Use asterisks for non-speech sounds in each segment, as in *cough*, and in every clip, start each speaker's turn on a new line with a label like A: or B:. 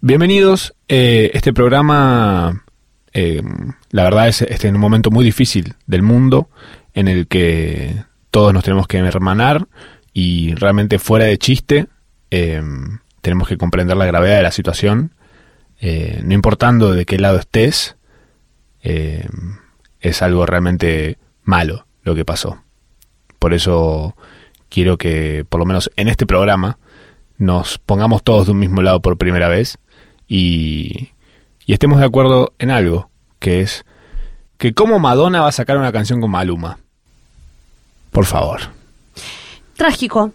A: Bienvenidos. eh, este programa, eh, la verdad, es este, en un momento muy difícil del mundo en el que todos nos tenemos que hermanar y realmente fuera de chiste eh, tenemos que comprender la gravedad de la situación. eh, no importando de qué lado estés, eh, es algo realmente malo lo que pasó. Por eso quiero que, por lo menos en este programa, nos pongamos todos de un mismo lado por primera vez y, y estemos de acuerdo en algo, que es que cómo Madonna va a sacar una canción con Maluma. Por favor.
B: Trágico.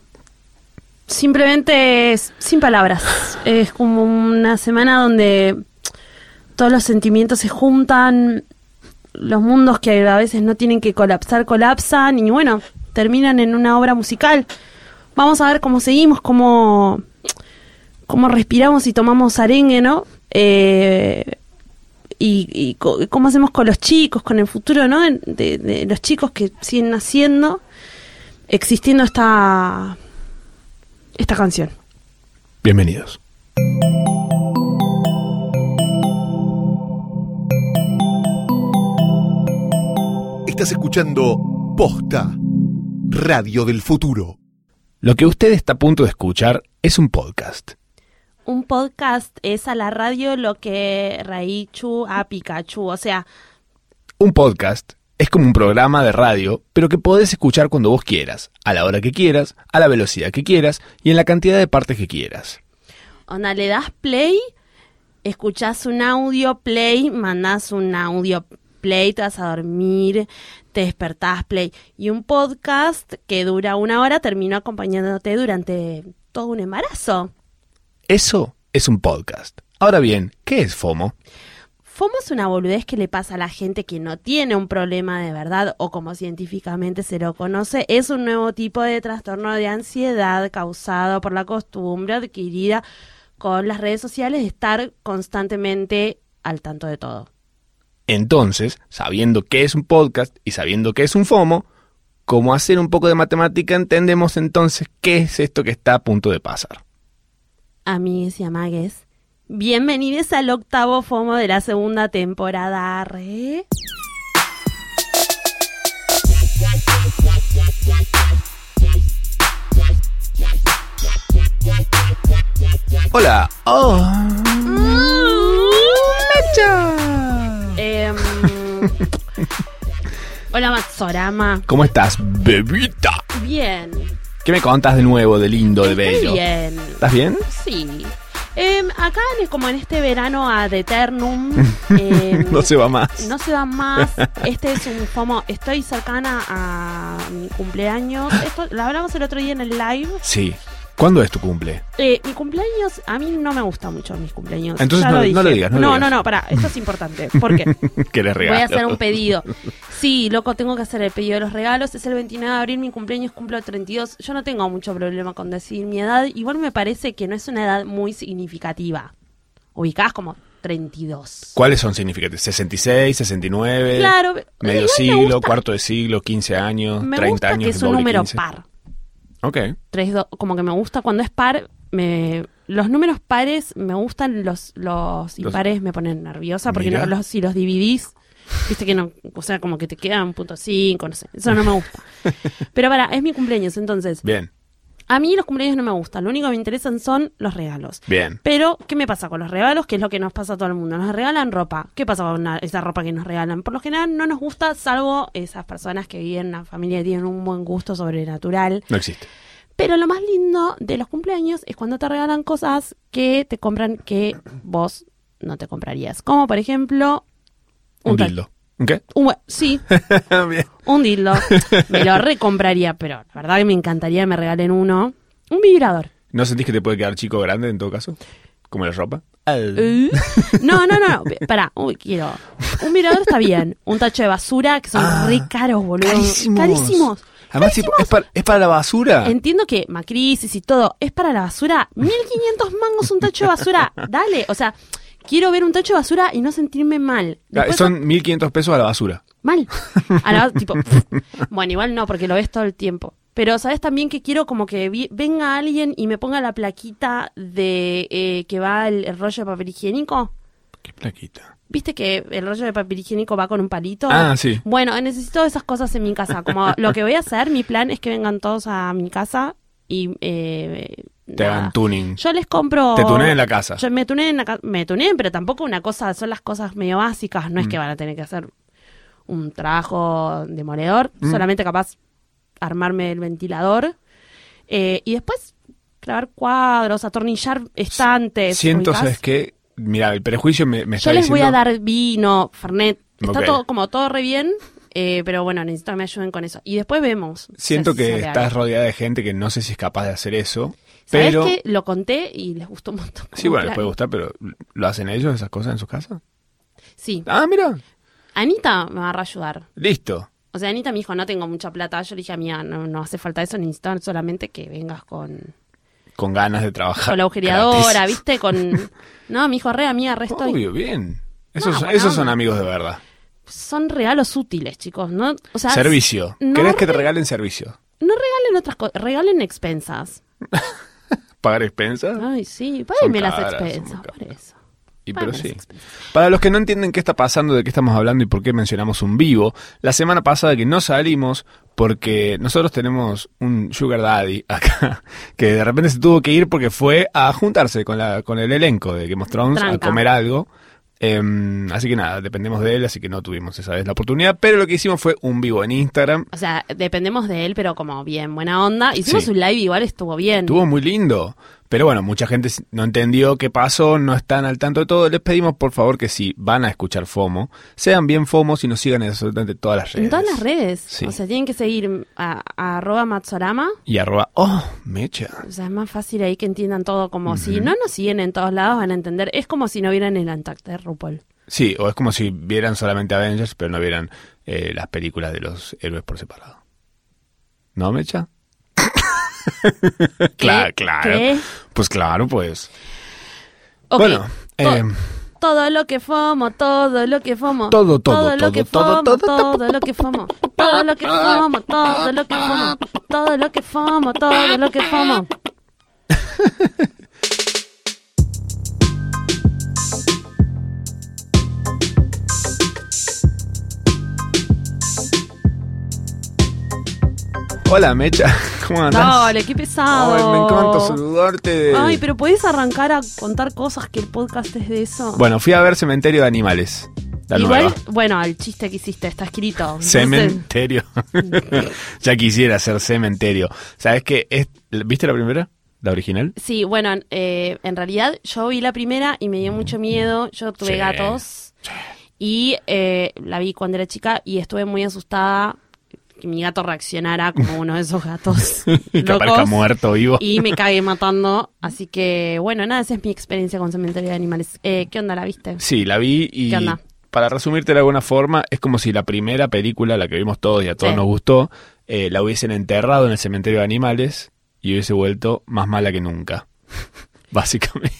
B: Simplemente es- sin palabras. Es como una semana donde todos los sentimientos se juntan, los mundos que a veces no tienen que colapsar, colapsan y bueno, terminan en una obra musical. Vamos a ver cómo seguimos, cómo, cómo respiramos y tomamos arengue, ¿no? Eh, y, y co- cómo hacemos con los chicos, con el futuro, ¿no? De, de los chicos que siguen naciendo existiendo esta esta canción.
A: Bienvenidos.
C: Estás escuchando Posta, Radio del Futuro.
A: Lo que usted está a punto de escuchar es un podcast.
B: Un podcast es a la radio lo que Raichu a Pikachu, o sea,
A: Un podcast es como un programa de radio, pero que podés escuchar cuando vos quieras, a la hora que quieras, a la velocidad que quieras y en la cantidad de partes que quieras.
B: onda le das play, escuchás un audio play, mandás un audio play, te vas a dormir, te despertás play y un podcast que dura una hora terminó acompañándote durante todo un embarazo.
A: Eso es un podcast. Ahora bien, ¿qué es FOMO?
B: FOMO es una boludez que le pasa a la gente que no tiene un problema de verdad o como científicamente se lo conoce. Es un nuevo tipo de trastorno de ansiedad causado por la costumbre adquirida con las redes sociales de estar constantemente al tanto de todo.
A: Entonces, sabiendo qué es un podcast y sabiendo qué es un FOMO, como hacer un poco de matemática, entendemos entonces qué es esto que está a punto de pasar.
B: Amigues y amagues, bienvenidos al octavo FOMO de la segunda temporada. Arre.
A: Hola. Oh.
B: Em, hola, Matsorama.
A: ¿Cómo estás, bebita?
B: Bien.
A: ¿Qué me contas de nuevo, de lindo, de bello?
B: Estoy bien.
A: ¿Estás bien? *laughs*
B: Sí. Em, acá, en- como en este verano a Eternum,
A: *laughs*
B: em,
A: No se va más.
B: no se
A: *laughs*
B: da más. Este es un FOMO. Estoy cercana a mi cumpleaños. Esto lo hablamos el otro día en el live.
A: Sí. ¿Cuándo es tu cumple? *laughs*
B: Eh, mi cumpleaños, a mí no me gustan mucho mis cumpleaños.
A: Entonces
B: Ya
A: no- no lo
B: dije.
A: digas, no lo
B: No,
A: digas.
B: no, no, pará. Esto es importante.
A: *laughs*
B: ¿Por qué?
A: que le regalo.
B: Voy a hacer
A: *laughs*
B: un pedido. Sí, loco, tengo que hacer el pedido de los regalos. Es el 29 de abril, mi cumpleaños cumplo 32. Yo no tengo mucho problema con decir mi edad. Igual me parece que no es una edad muy significativa. Ubicás como 32.
A: ¿Cuáles son significativos? 66, 69,
B: Claro, igual
A: medio
B: me
A: siglo,
B: gusta.
A: cuarto de siglo, 15 años,
B: Me
A: 30
B: gusta
A: años.
B: que es un
A: doble
B: número
A: 15.
B: par.
A: Ok.
B: Tres, do- como que me gusta cuando es par. Me, los números pares me gustan, los, los impares me ponen nerviosa porque
A: Mira.
B: no los- si los dividís, viste que no, o sea, como que te queda un punto cinco, no sé. Eso no
A: *laughs*
B: me gusta. Pero para, es mi cumpleaños, entonces.
A: Bien,
B: A mí los cumpleaños no me gustan, lo único que me interesan son los regalos.
A: bien.
B: Pero, ¿qué me pasa con los regalos? Que es lo que nos pasa a todo el mundo. Nos regalan ropa. ¿Qué pasa con la- esa ropa que nos regalan? Por lo general no nos gusta, salvo esas personas que viven en una familia que tienen un buen gusto sobrenatural.
A: No existe.
B: Pero lo más lindo de los cumpleaños es cuando te regalan cosas que te compran que vos no te comprarías. Como, por ejemplo...
A: Un
B: tal-
A: dildo. ¿Un *laughs* qué?
B: un hue- sí,
A: Ah, bien. *laughs*
B: un dildo. me lo recompraría, pero la verdad que me encantaría que me regalen uno. Un vibrador.
A: ¿No sentís que te puede quedar chico o grande en todo caso? ¿Como la ropa?
B: Eh, No, no, no, *laughs* no. Pará, uy, quiero. Un mirador está bien. Un tacho de basura, que son
A: Ah,
B: re caros, boludo.
A: Carísimos.
B: Carísimos.
A: Además, tipo, es, para, es para la basura.
B: Entiendo que Macrisis y todo es para la basura. 1500 mangos un tacho de basura. Dale, o sea, quiero ver un tacho de basura y no sentirme mal.
A: Ah,
B: Después-
A: Son 1.500 pesos a la basura. *laughs*
B: Mal. A la- tipo, bueno, igual no, porque lo ves todo el tiempo. Pero sabes también que quiero como que vi- venga alguien y me ponga la plaquita de eh, que va el, el rollo de papel higiénico.
A: Qué plaquita.
B: ¿Viste que el rollo de papel higiénico va con un palito?
A: Ah, sí.
B: Bueno, necesito esas cosas en mi casa.
A: *laughs*
B: Como lo que voy a hacer, mi plan es que vengan todos a mi casa y... eh,
A: Te
B: nada.
A: hagan tuning.
B: Yo les compro...
A: Te tuneen en la casa.
B: Yo me tuneé en la ca- me tuneé, pero tampoco una cosa, son las cosas medio básicas, no es
A: Mm.
B: que van a tener que hacer un trabajo demoledor,
A: Mm.
B: solamente capaz armarme el ventilador eh, y después clavar cuadros, atornillar estantes.
A: Siento,
B: ¿ubicás?
A: ¿sabes qué? Mira, el prejuicio me, me está
B: Yo les
A: diciendo...
B: voy a dar vino, Fernet, está
A: Ok.
B: todo como todo re bien, eh, pero bueno, necesito que me ayuden con eso. Y después vemos. si
A: Siento
B: se-
A: que
B: sale
A: estás
B: algo.
A: rodeada de gente que no sé si es capaz de hacer eso,
B: ¿Sabés
A: pero...
B: qué? Lo conté y les gustó un montón.
A: Sí, bueno, les
B: Claro.
A: puede gustar, pero ¿lo hacen ellos esas cosas en su casa?
B: Sí.
A: Ah, mira,
B: Anita me va a ayudar.
A: listo.
B: O sea, Anita me dijo, no tengo mucha plata. Yo le dije, mía, no, no hace falta eso, necesito solamente que vengas con,
A: Con ganas de trabajar.
B: con la agujereadora,
A: gratis. *laughs*
B: ¿viste? Con... No, me dijo, re, amiga, re estoy...
A: Obvio, bien. Esos,
B: No,
A: son-
B: bueno.
A: esos son amigos de verdad.
B: Son regalos útiles, chicos, ¿no? O sea,
A: servicio.
B: no
A: ¿Querés que te
B: re-
A: regalen servicio?
B: No regalen otras cosas, regalen expensas.
A: ¿Pagar expensas?
B: Ay, sí, párenme las
A: caras, son muy
B: expensas,
A: caras.
B: por eso.
A: Y
B: Bueno,
A: pero
B: es
A: sí.
B: expensive.
A: Para los que no entienden qué está pasando, de qué estamos hablando y por qué mencionamos un vivo, la semana pasada que no salimos porque nosotros tenemos un Sugar Daddy acá *laughs* que de repente se tuvo que ir porque fue a juntarse con, la, con el elenco de Game of Thrones
B: Tranca.
A: a comer algo. Em, así que nada, dependemos de él, así que no tuvimos esa vez la oportunidad, pero lo que hicimos fue un vivo en Instagram.
B: O sea, dependemos de él, pero como bien, buena onda. Hicimos
A: Sí.
B: un live, igual estuvo bien.
A: Estuvo muy lindo. Pero bueno, mucha gente no entendió qué pasó, no están al tanto de todo. Les pedimos por favor que si van a escuchar FOMO, sean bien FOMOs y nos sigan en absolutamente todas las redes.
B: En todas las redes.
A: Sí.
B: O sea, tienen que seguir a, a arroba Matsorama.
A: Y arroba, oh, mecha.
B: O sea, es más fácil ahí que entiendan todo. Como si no nos siguen en todos lados, van a entender. Es como si no vieran el Antac de RuPaul.
A: Sí, o es como si vieran solamente Avengers, pero no vieran eh, las películas de los héroes por separado. ¿No, mecha? *laughs* *laughs* claro, claro.
B: ¿Qué?
A: Pues claro, pues.
B: Ok.
A: Bueno,
B: To-
A: em,
B: todo lo que fomo, todo lo que fomo.
A: Todo, todo,
B: lo que
A: todo,
B: fomo,
A: todo,
B: todo, lo que fomo. Todo lo que fomo, todo lo que fomo. Todo lo que fomo, todo lo que fomo.
A: hola, mecha. *laughs* ¿Cómo andás?
B: Dale, qué pesado.
A: Ay, me encanta saludarte.
B: Ay, pero podés arrancar a contar cosas que el podcast es de eso.
A: Bueno, fui a ver Cementerio de Animales. La
B: Igual,
A: nueva.
B: bueno, el chiste que hiciste está escrito. Entonces,
A: Cementerio. *laughs* ya quisiera ser cementerio. ¿Sabes qué? Es- ¿Viste la primera? ¿La original?
B: Sí, bueno, eh, en realidad yo vi la primera y me dio mucho miedo. Yo tuve
A: Sí.
B: gatos y eh, la vi cuando era chica y estuve muy asustada que mi gato
A: *laughs*
B: reaccionara como uno de esos gatos
A: que aparezca
B: locos
A: muerto vivo.
B: y me cagué matando. Así que, bueno, nada, esa es mi experiencia con Cementerio de Animales. Eh, ¿Qué onda la viste?
A: Sí, la vi y
B: ¿Qué onda?
A: para resumirte de alguna forma, es como si la primera película, la que vimos todos y a todos
B: Sí.
A: nos gustó, eh, la hubiesen enterrado en el cementerio de animales y hubiese vuelto más mala que nunca. *laughs* Básicamente.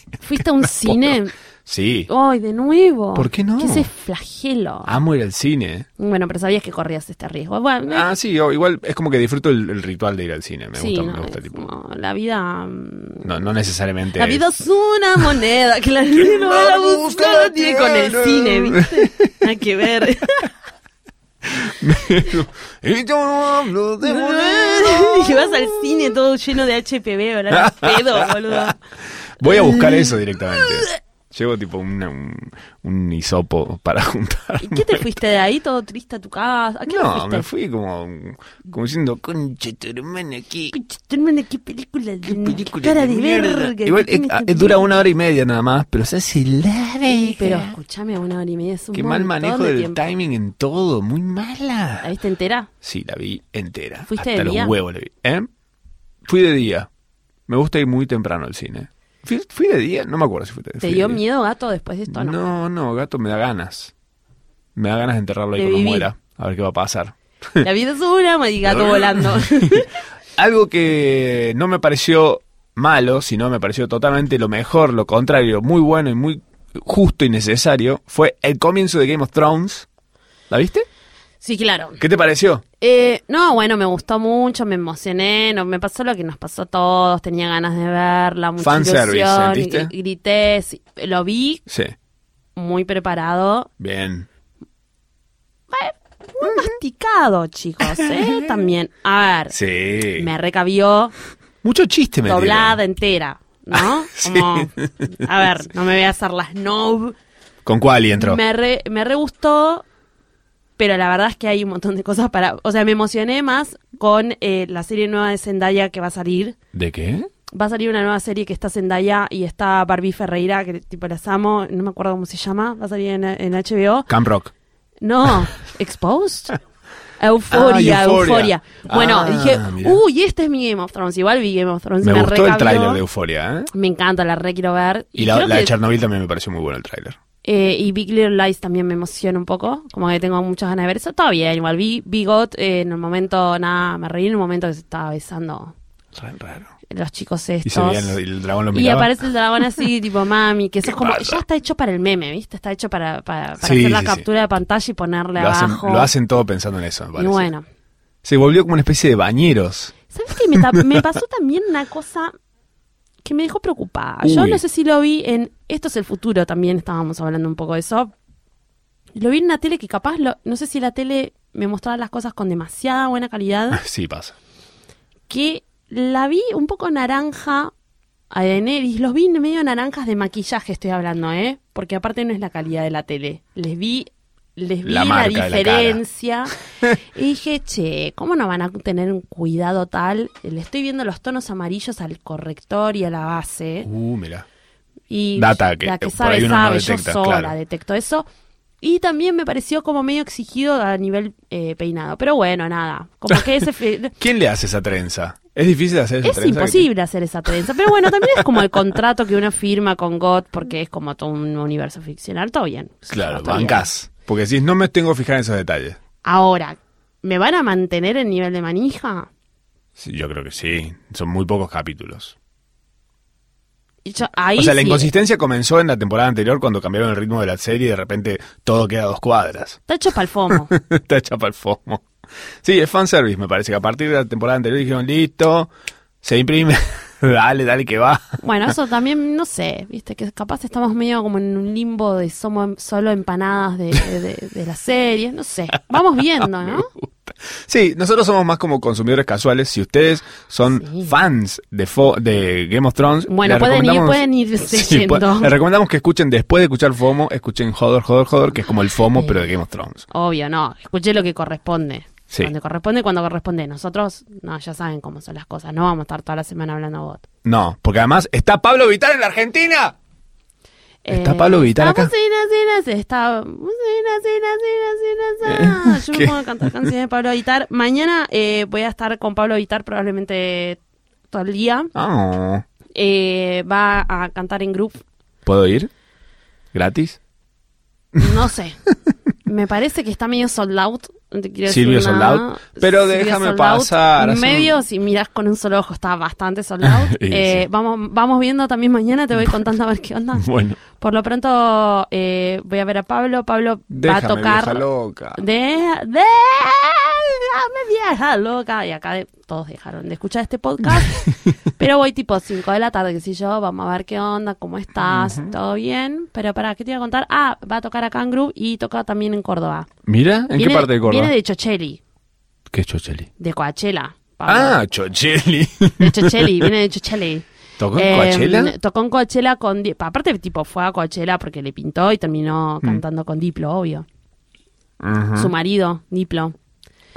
A: *laughs*
B: ¿Fuiste a un cine?
A: Sí.
B: ¡Ay, de nuevo!
A: ¿Por qué no? Ah.
B: ¿Qué ese flagelo?
A: Amo ir al cine.
B: Bueno, pero sabías que corrías este riesgo. Bueno,
A: Ah, sí, o- igual es como que disfruto el, el ritual de ir al cine. Me
B: sí,
A: gusta,
B: no,
A: me gusta.
B: es
A: tipo,
B: como la vida... mm,
A: No, no necesariamente.
B: La
A: es-
B: vida es una moneda *laughs* que la gente no va a buscar tiene con el cine,
A: *laughs*
B: ¿viste? Hay que ver.
A: *laughs* Y yo no hablo de moneda.
B: *laughs* y vas al cine todo lleno de HPV, ¿verdad?
A: *laughs*
B: Pedo, boludo.
A: Voy a buscar eso directamente. Llevo tipo una- un, un hisopo para *laughs* juntar.
B: ¿Y qué te fuiste de ahí todo triste a tu casa? ¿A qué hora
A: No,
B: fuiste?
A: me fui como, como diciendo, concha tu hermana, qué,
B: Pinche, hermano, qué película de
A: qué película
B: cara de,
A: mierda".
B: verga. que
A: Igual eh,
B: tiene
A: ah,
B: este
A: dura
B: pibe.
A: una hora y media nada más, pero se hace larga.
B: Sí, Pero escúchame, una hora y media es un
A: Qué mal
B: montón
A: manejo
B: de
A: del
B: tiempo.
A: timing en todo, muy
B: ¿La
A: mala.
B: viste entera?
A: Sí, la vi entera.
B: ¿Fuiste
A: Hasta
B: de
A: los
B: día?
A: huevos la vi. ¿Eh? Fui de día. Me gusta ir muy temprano al cine. Fui, fui de día, no me acuerdo si fui de
B: ¿Te
A: fui
B: dio
A: de día.
B: miedo, gato, después de esto? No.
A: No, no, gato me da ganas. Me da ganas de enterrarlo ahí
B: De
A: cuando
B: vivir.
A: muera. A ver qué va a pasar.
B: *laughs* La vida es una, moneda y gato
A: *laughs*
B: volando. *laughs*
A: Algo que no me pareció malo, sino me pareció totalmente lo mejor, lo contrario, muy bueno y muy justo y necesario, fue el comienzo de Game of Thrones. ¿La viste?
B: Sí, claro.
A: ¿Qué te pareció?
B: Eh, no, bueno, me gustó mucho, me emocioné, no, me pasó lo que nos pasó a todos, tenía ganas de verla, mucha
A: Fanservice,
B: ilusión,
A: ¿sentiste?
B: gri- grité, sí, lo vi
A: Sí.
B: muy preparado,
A: Bien.
B: muy masticado, chicos,
A: *laughs*
B: ¿eh? También, a ver,
A: Sí.
B: me recabió
A: Mucho chiste me
B: doblada
A: dieron.
B: entera,
A: *laughs*
B: ¿no? Como, a ver, no me voy a hacer las snob,
A: ¿Con cuál y entró?
B: Me re, me re gustó, pero la verdad es que hay un montón de cosas para... O sea, me emocioné más con eh, la serie nueva de Zendaya que va a salir.
A: ¿De qué?
B: Va a salir una nueva serie que está Zendaya y está Barbie Ferreira, que tipo las amo, no me acuerdo cómo se llama, va a salir en, en HBO.
A: Camp Rock. *laughs*
B: No, Exposed. Euforia,
A: Ah, Euphoria.
B: euforia. Bueno,
A: Ah,
B: dije,
A: mirá.
B: uy, este es mi Game of Thrones. Igual vi Game of Thrones,
A: Me,
B: me,
A: gustó el
B: recabió.
A: tráiler de Euforia, ¿eh?
B: Me encanta, la re quiero ver.
A: Y la,
B: creo
A: la de
B: que-
A: Chernobyl también me pareció muy bueno el tráiler.
B: eh, y Big Little Lies también me emociona un poco, como que tengo muchas ganas de ver eso. Todo bien, igual vi Bigot en el momento, nada, me reí en el momento que se estaba besando
A: Raro, Raro.
B: los chicos
A: Y
B: estos.
A: se veían, los- y el dragón lo
B: Y
A: miraba.
B: aparece el
A: *laughs*
B: dragón así, tipo mami, que eso es como,
A: pasa?
B: ya está hecho para el meme, ¿viste? Está hecho para, para, para
A: Sí,
B: hacer la
A: sí, sí.
B: captura de pantalla y ponerle
A: lo, hacen,
B: abajo.
A: lo hacen todo pensando en eso, me
B: y
A: parece.
B: bueno.
A: Se volvió como una especie de bañeros. *laughs*
B: ¿Sabes qué? Me, ta- me pasó también una cosa que me dejó preocupada. Yo
A: Uy.
B: no sé si lo vi en Esto es el futuro, también estábamos hablando un poco de eso. Lo vi en una tele que capaz, lo- no sé si la tele me mostraba las cosas con demasiada buena calidad,
A: Sí, pasa.
B: que la vi un poco naranja a Daenerys, los vi en medio naranjas de maquillaje, estoy hablando, ¿eh? Porque aparte no es la calidad de la tele. Les vi les vi
A: La
B: la,
A: marca de la cara.
B: diferencia *laughs* y dije, che, ¿cómo no van a tener un cuidado tal? Le estoy viendo los tonos amarillos al corrector y a la base.
A: Uh, mira.
B: Y
A: Data que
B: la que
A: por
B: sabe,
A: ahí uno no
B: sabe,
A: detecta,
B: yo sola
A: claro.
B: detecto eso. Y también me pareció como medio exigido a nivel eh, peinado. Pero bueno, nada. Como
A: *laughs*
B: que ese fe-
A: ¿Quién le hace esa trenza? Es difícil hacer esa
B: es
A: trenza.
B: imposible hacer esa trenza. Pero bueno, también es como el contrato que uno firma con God porque es como todo un universo ficcional. Todo bien.
A: Claro,
B: Todo bien.
A: bancás. Porque si no me tengo que fijar en esos detalles.
B: Ahora, ¿me van a mantener el nivel de manija?
A: Sí, yo creo que sí. Son muy pocos capítulos.
B: Y yo- ahí
A: o sea, la
B: sí,
A: inconsistencia comenzó en la temporada anterior cuando cambiaron el ritmo de la serie y de repente todo queda a dos cuadras.
B: Está hecho pa'l fomo.
A: *laughs* Está hecha para el fomo. Sí, es fanservice, me parece que a partir de la temporada anterior dijeron, listo, se imprime, *laughs* dale, dale que va.
B: bueno, eso también, no sé, viste, que capaz estamos medio como en un limbo de somos solo empanadas de, de- de las series, no sé. Vamos viendo,
A: *laughs*
B: ¿no?
A: Sí, nosotros somos más como consumidores casuales. Si ustedes son
B: Sí.
A: fans de, fo- de Game of Thrones,
B: Bueno,
A: les
B: pueden ir-
A: recomendamos- *laughs*
B: pueden irse
A: pu-
B: yendo.
A: les recomendamos que escuchen, después de escuchar FOMO, escuchen Joder, Joder, Joder, que es como el FOMO,
B: Sí.
A: pero de Game of Thrones.
B: Obvio, no. Escuché lo que corresponde.
A: Sí.
B: Cuando corresponde, cuando corresponde. Nosotros, no, ya saben cómo son las cosas. No vamos a estar toda la semana hablando bot.
A: No, porque además está Pablo Vital en la Argentina. ¿Está Pablo Vittar acá?
B: Eh, Está Bucina, Cina, Cina, está Bucina, Cina, Cina, Cina,
A: *laughs*
B: Yo
A: Eh, ¿Qué?
B: me pongo a cantar canciones de Pablo Vitar. Mañana eh, voy a estar con Pablo Vitar probablemente todo el día.
A: Ah,
B: Eh, va a cantar en grupo.
A: ¿Puedo ir? ¿Gratis?
B: *laughs* No sé. Me parece que está medio sold out. No te quiero
A: Silvio
B: decir
A: sold
B: nada.
A: out. Pero déjame
B: sold
A: pasar,
B: out.
A: hace
B: Medio,
A: un-
B: si miras con un solo ojo, está bastante sold out.
A: Y
B: Eh,
A: *laughs* sí.
B: vamos, vamos viendo también mañana. Te voy contando a ver qué onda.
A: *laughs* Bueno.
B: Por lo pronto eh, voy a ver a Pablo. Pablo
A: Déjame,
B: va a tocar.
A: vieja loca.
B: De, déjame vieja loca. Y acá de- todos dejaron de escuchar
A: *laughs*
B: este podcast. pero voy tipo 5 de la tarde, que si yo, vamos a ver qué onda, cómo estás, todo bien. Pero para, ¿qué te iba a contar? Ah, va a tocar acá en Groove y toca también en Córdoba.
A: Mira, ¿en
B: Viene-
A: qué parte de Córdoba?
B: Viene de Chocheli,
A: ¿Qué es Chocheli?
B: de Coachella. Pablo.
A: Ah,
B: *laughs*
A: Chocheli.
B: De Chocheli, viene de Chocheli.
A: *laughs* ¿Tocó en
B: Eh,
A: Coachella?
B: Tocó en Coachella con... Di- Aparte, tipo, fue a Coachella porque le pintó y terminó
A: Mm.
B: cantando con Diplo, obvio. Su marido, Diplo.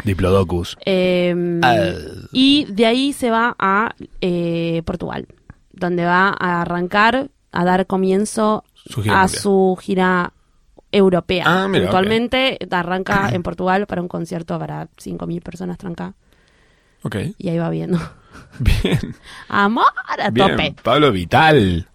A: Diplodocus.
B: Eh,
A: Ah.
B: Y de ahí se va a eh, Portugal, donde va a arrancar, a dar comienzo
A: Su gira
B: a
A: mundial.
B: su gira europea.
A: Ah, mira,
B: Actualmente
A: *clears throat*
B: arranca en Portugal para un concierto para 5.000 personas tranca
A: Ok.
B: y ahí va viendo.
A: *laughs*
B: *laughs*
A: Bien.
B: Amor a
A: Bien.
B: tope.
A: Pablo Vital.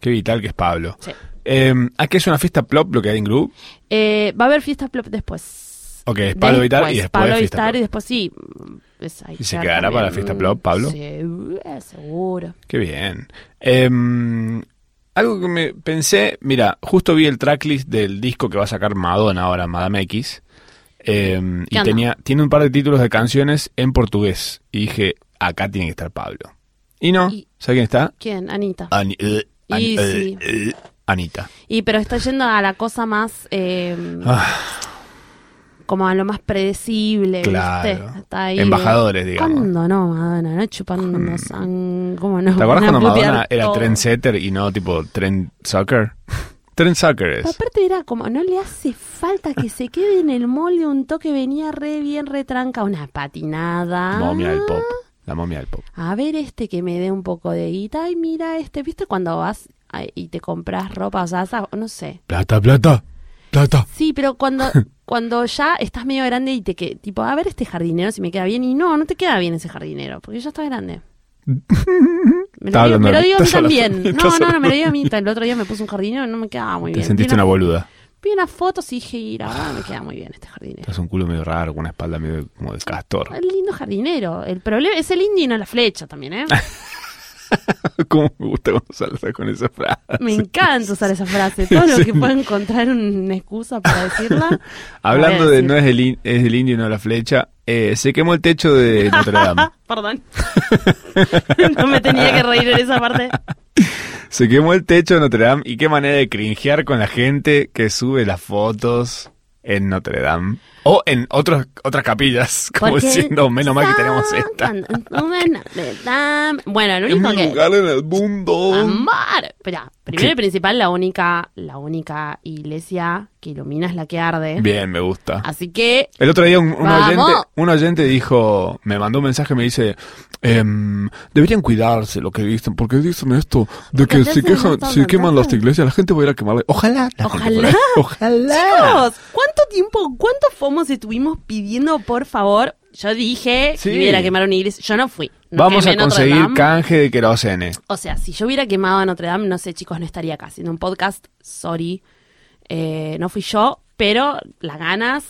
A: Qué vital que es Pablo.
B: Sí.
A: Eh, ¿Aquí es una fiesta plop lo que hay en Group?
B: Eh, va a haber fiesta plop después.
A: Ok, es Pablo Vittar y después
B: Pablo
A: fiesta
B: Vittar
A: plop.
B: y después sí. mm, es ahí
A: ¿Y se
B: ya
A: quedará para la fiesta plop, Pablo?
B: Sí, eh, seguro.
A: Qué bien. Em, algo que me pensé, mira, justo vi el tracklist del disco que va a sacar Madonna ahora, Madame X. Eh,
B: ¿Qué
A: y
B: onda?
A: tenía, tiene un par de títulos de canciones en portugués. Y dije, acá tiene que estar Pablo. Y no,
B: Y-
A: ¿sabe quién está?
B: ¿Quién? Anita.
A: Ani- eh, Ani-
B: Y
A: eh,
B: sí.
A: eh, Anita.
B: Y pero está yendo a la cosa más, eh,
A: Ah,
B: como a lo más predecible,
A: claro.
B: ¿viste? Está ahí.
A: Embajadores, digamos. Hmm.
B: ¿Cuándo no, Madonna? ¿No? Chupando sang... ¿Cómo no?
A: ¿Te acuerdas
B: Van a
A: cuando
B: putear
A: Madonna era
B: todo.
A: trendsetter y no tipo trend sucker? trend sucker
B: Pero
A: es.
B: aparte era como, no le hace falta que se quede en el molde un toque, venía re bien retranca, una patinada.
A: Momia del pop. La momia del pop.
B: A ver este que me dé un poco de guita y mira este, ¿viste? Cuando vas a- y te compras ropa, o sea, esa- no sé.
A: Plata, plata, plata.
B: Sí,
A: *laughs*
B: pero cuando, cuando ya estás medio grande y te que tipo, a ver este jardinero si me queda bien y no, no te queda bien ese jardinero, porque ya
A: *laughs*
B: estás grande. Me
A: Está
B: lo, digo,
A: hablando
B: me lo
A: de mí,
B: digo a mí
A: estás hablando de
B: también.
A: mí,
B: No,
A: estás
B: no, no, me
A: hablando
B: lo digo a mí. El otro día me puse un jardinero y no me quedaba muy
A: Te
B: bien.
A: sentiste
B: Vi
A: una
B: una-
A: boluda.
B: Vi unas fotos y dije, ir, ahora me queda muy bien este jardinero.
A: Estás un culo medio raro, con una espalda medio como de castor.
B: El lindo jardinero. El problema es el indio y no la flecha también,
A: *laughs*
B: ¿eh?
A: *laughs* ¿Cómo me gusta cuando saltas con esa frase?
B: Me encanta usar esa frase. Todo lo que pueda encontrar una excusa
A: *laughs*
B: para decirla.
A: Hablando
B: voy a
A: de
B: decir.
A: no es el, in- es el indio, no la flecha, eh, se quemó el techo de Notre Dame.
B: *laughs* Perdón. no me tenía que reír en esa parte.
A: se quemó el techo de Notre Dame y qué manera de cringear con la gente que sube las fotos en Notre Dame. O en otros, otras capillas, *laughs* como
B: Porque-
A: diciendo, menos mal que tenemos esta.
B: Bueno, lo
A: Es
B: único
A: mi
B: que...
A: lugar en el mundo.
B: Amar. Espera, primero
A: ¿Qué?
B: y principal, la única, la única iglesia que ilumina es la que arde.
A: Bien, me gusta.
B: Así que
A: El otro día un, un
B: Ah. Vamos.
A: oyente, un oyente dijo, me mandó un mensaje, me dice, em, deberían cuidarse lo que dicen, porque dicen esto de
B: Porque
A: que si,
B: dicen
A: quejan-
B: esto,
A: si
B: ¿verdad?
A: queman las iglesias la gente va a ir a quemarle. Ojalá. la gente
B: Ojalá.
A: fuera- Ojalá.
B: Chicos, ¿cuánto tiempo, cuántos fomos estuvimos pidiendo, por favor? Yo dije
A: Sí.
B: que hubiera quemado una iglesia. Yo no fui. No
A: Vamos
B: quemé
A: a
B: Notre
A: conseguir
B: Dame.
A: canje de querosene.
B: O sea, si yo hubiera quemado a Notre Dame, no sé, chicos, no estaría acá haciendo un podcast. Sorry. Eh, no fui yo, pero las ganas.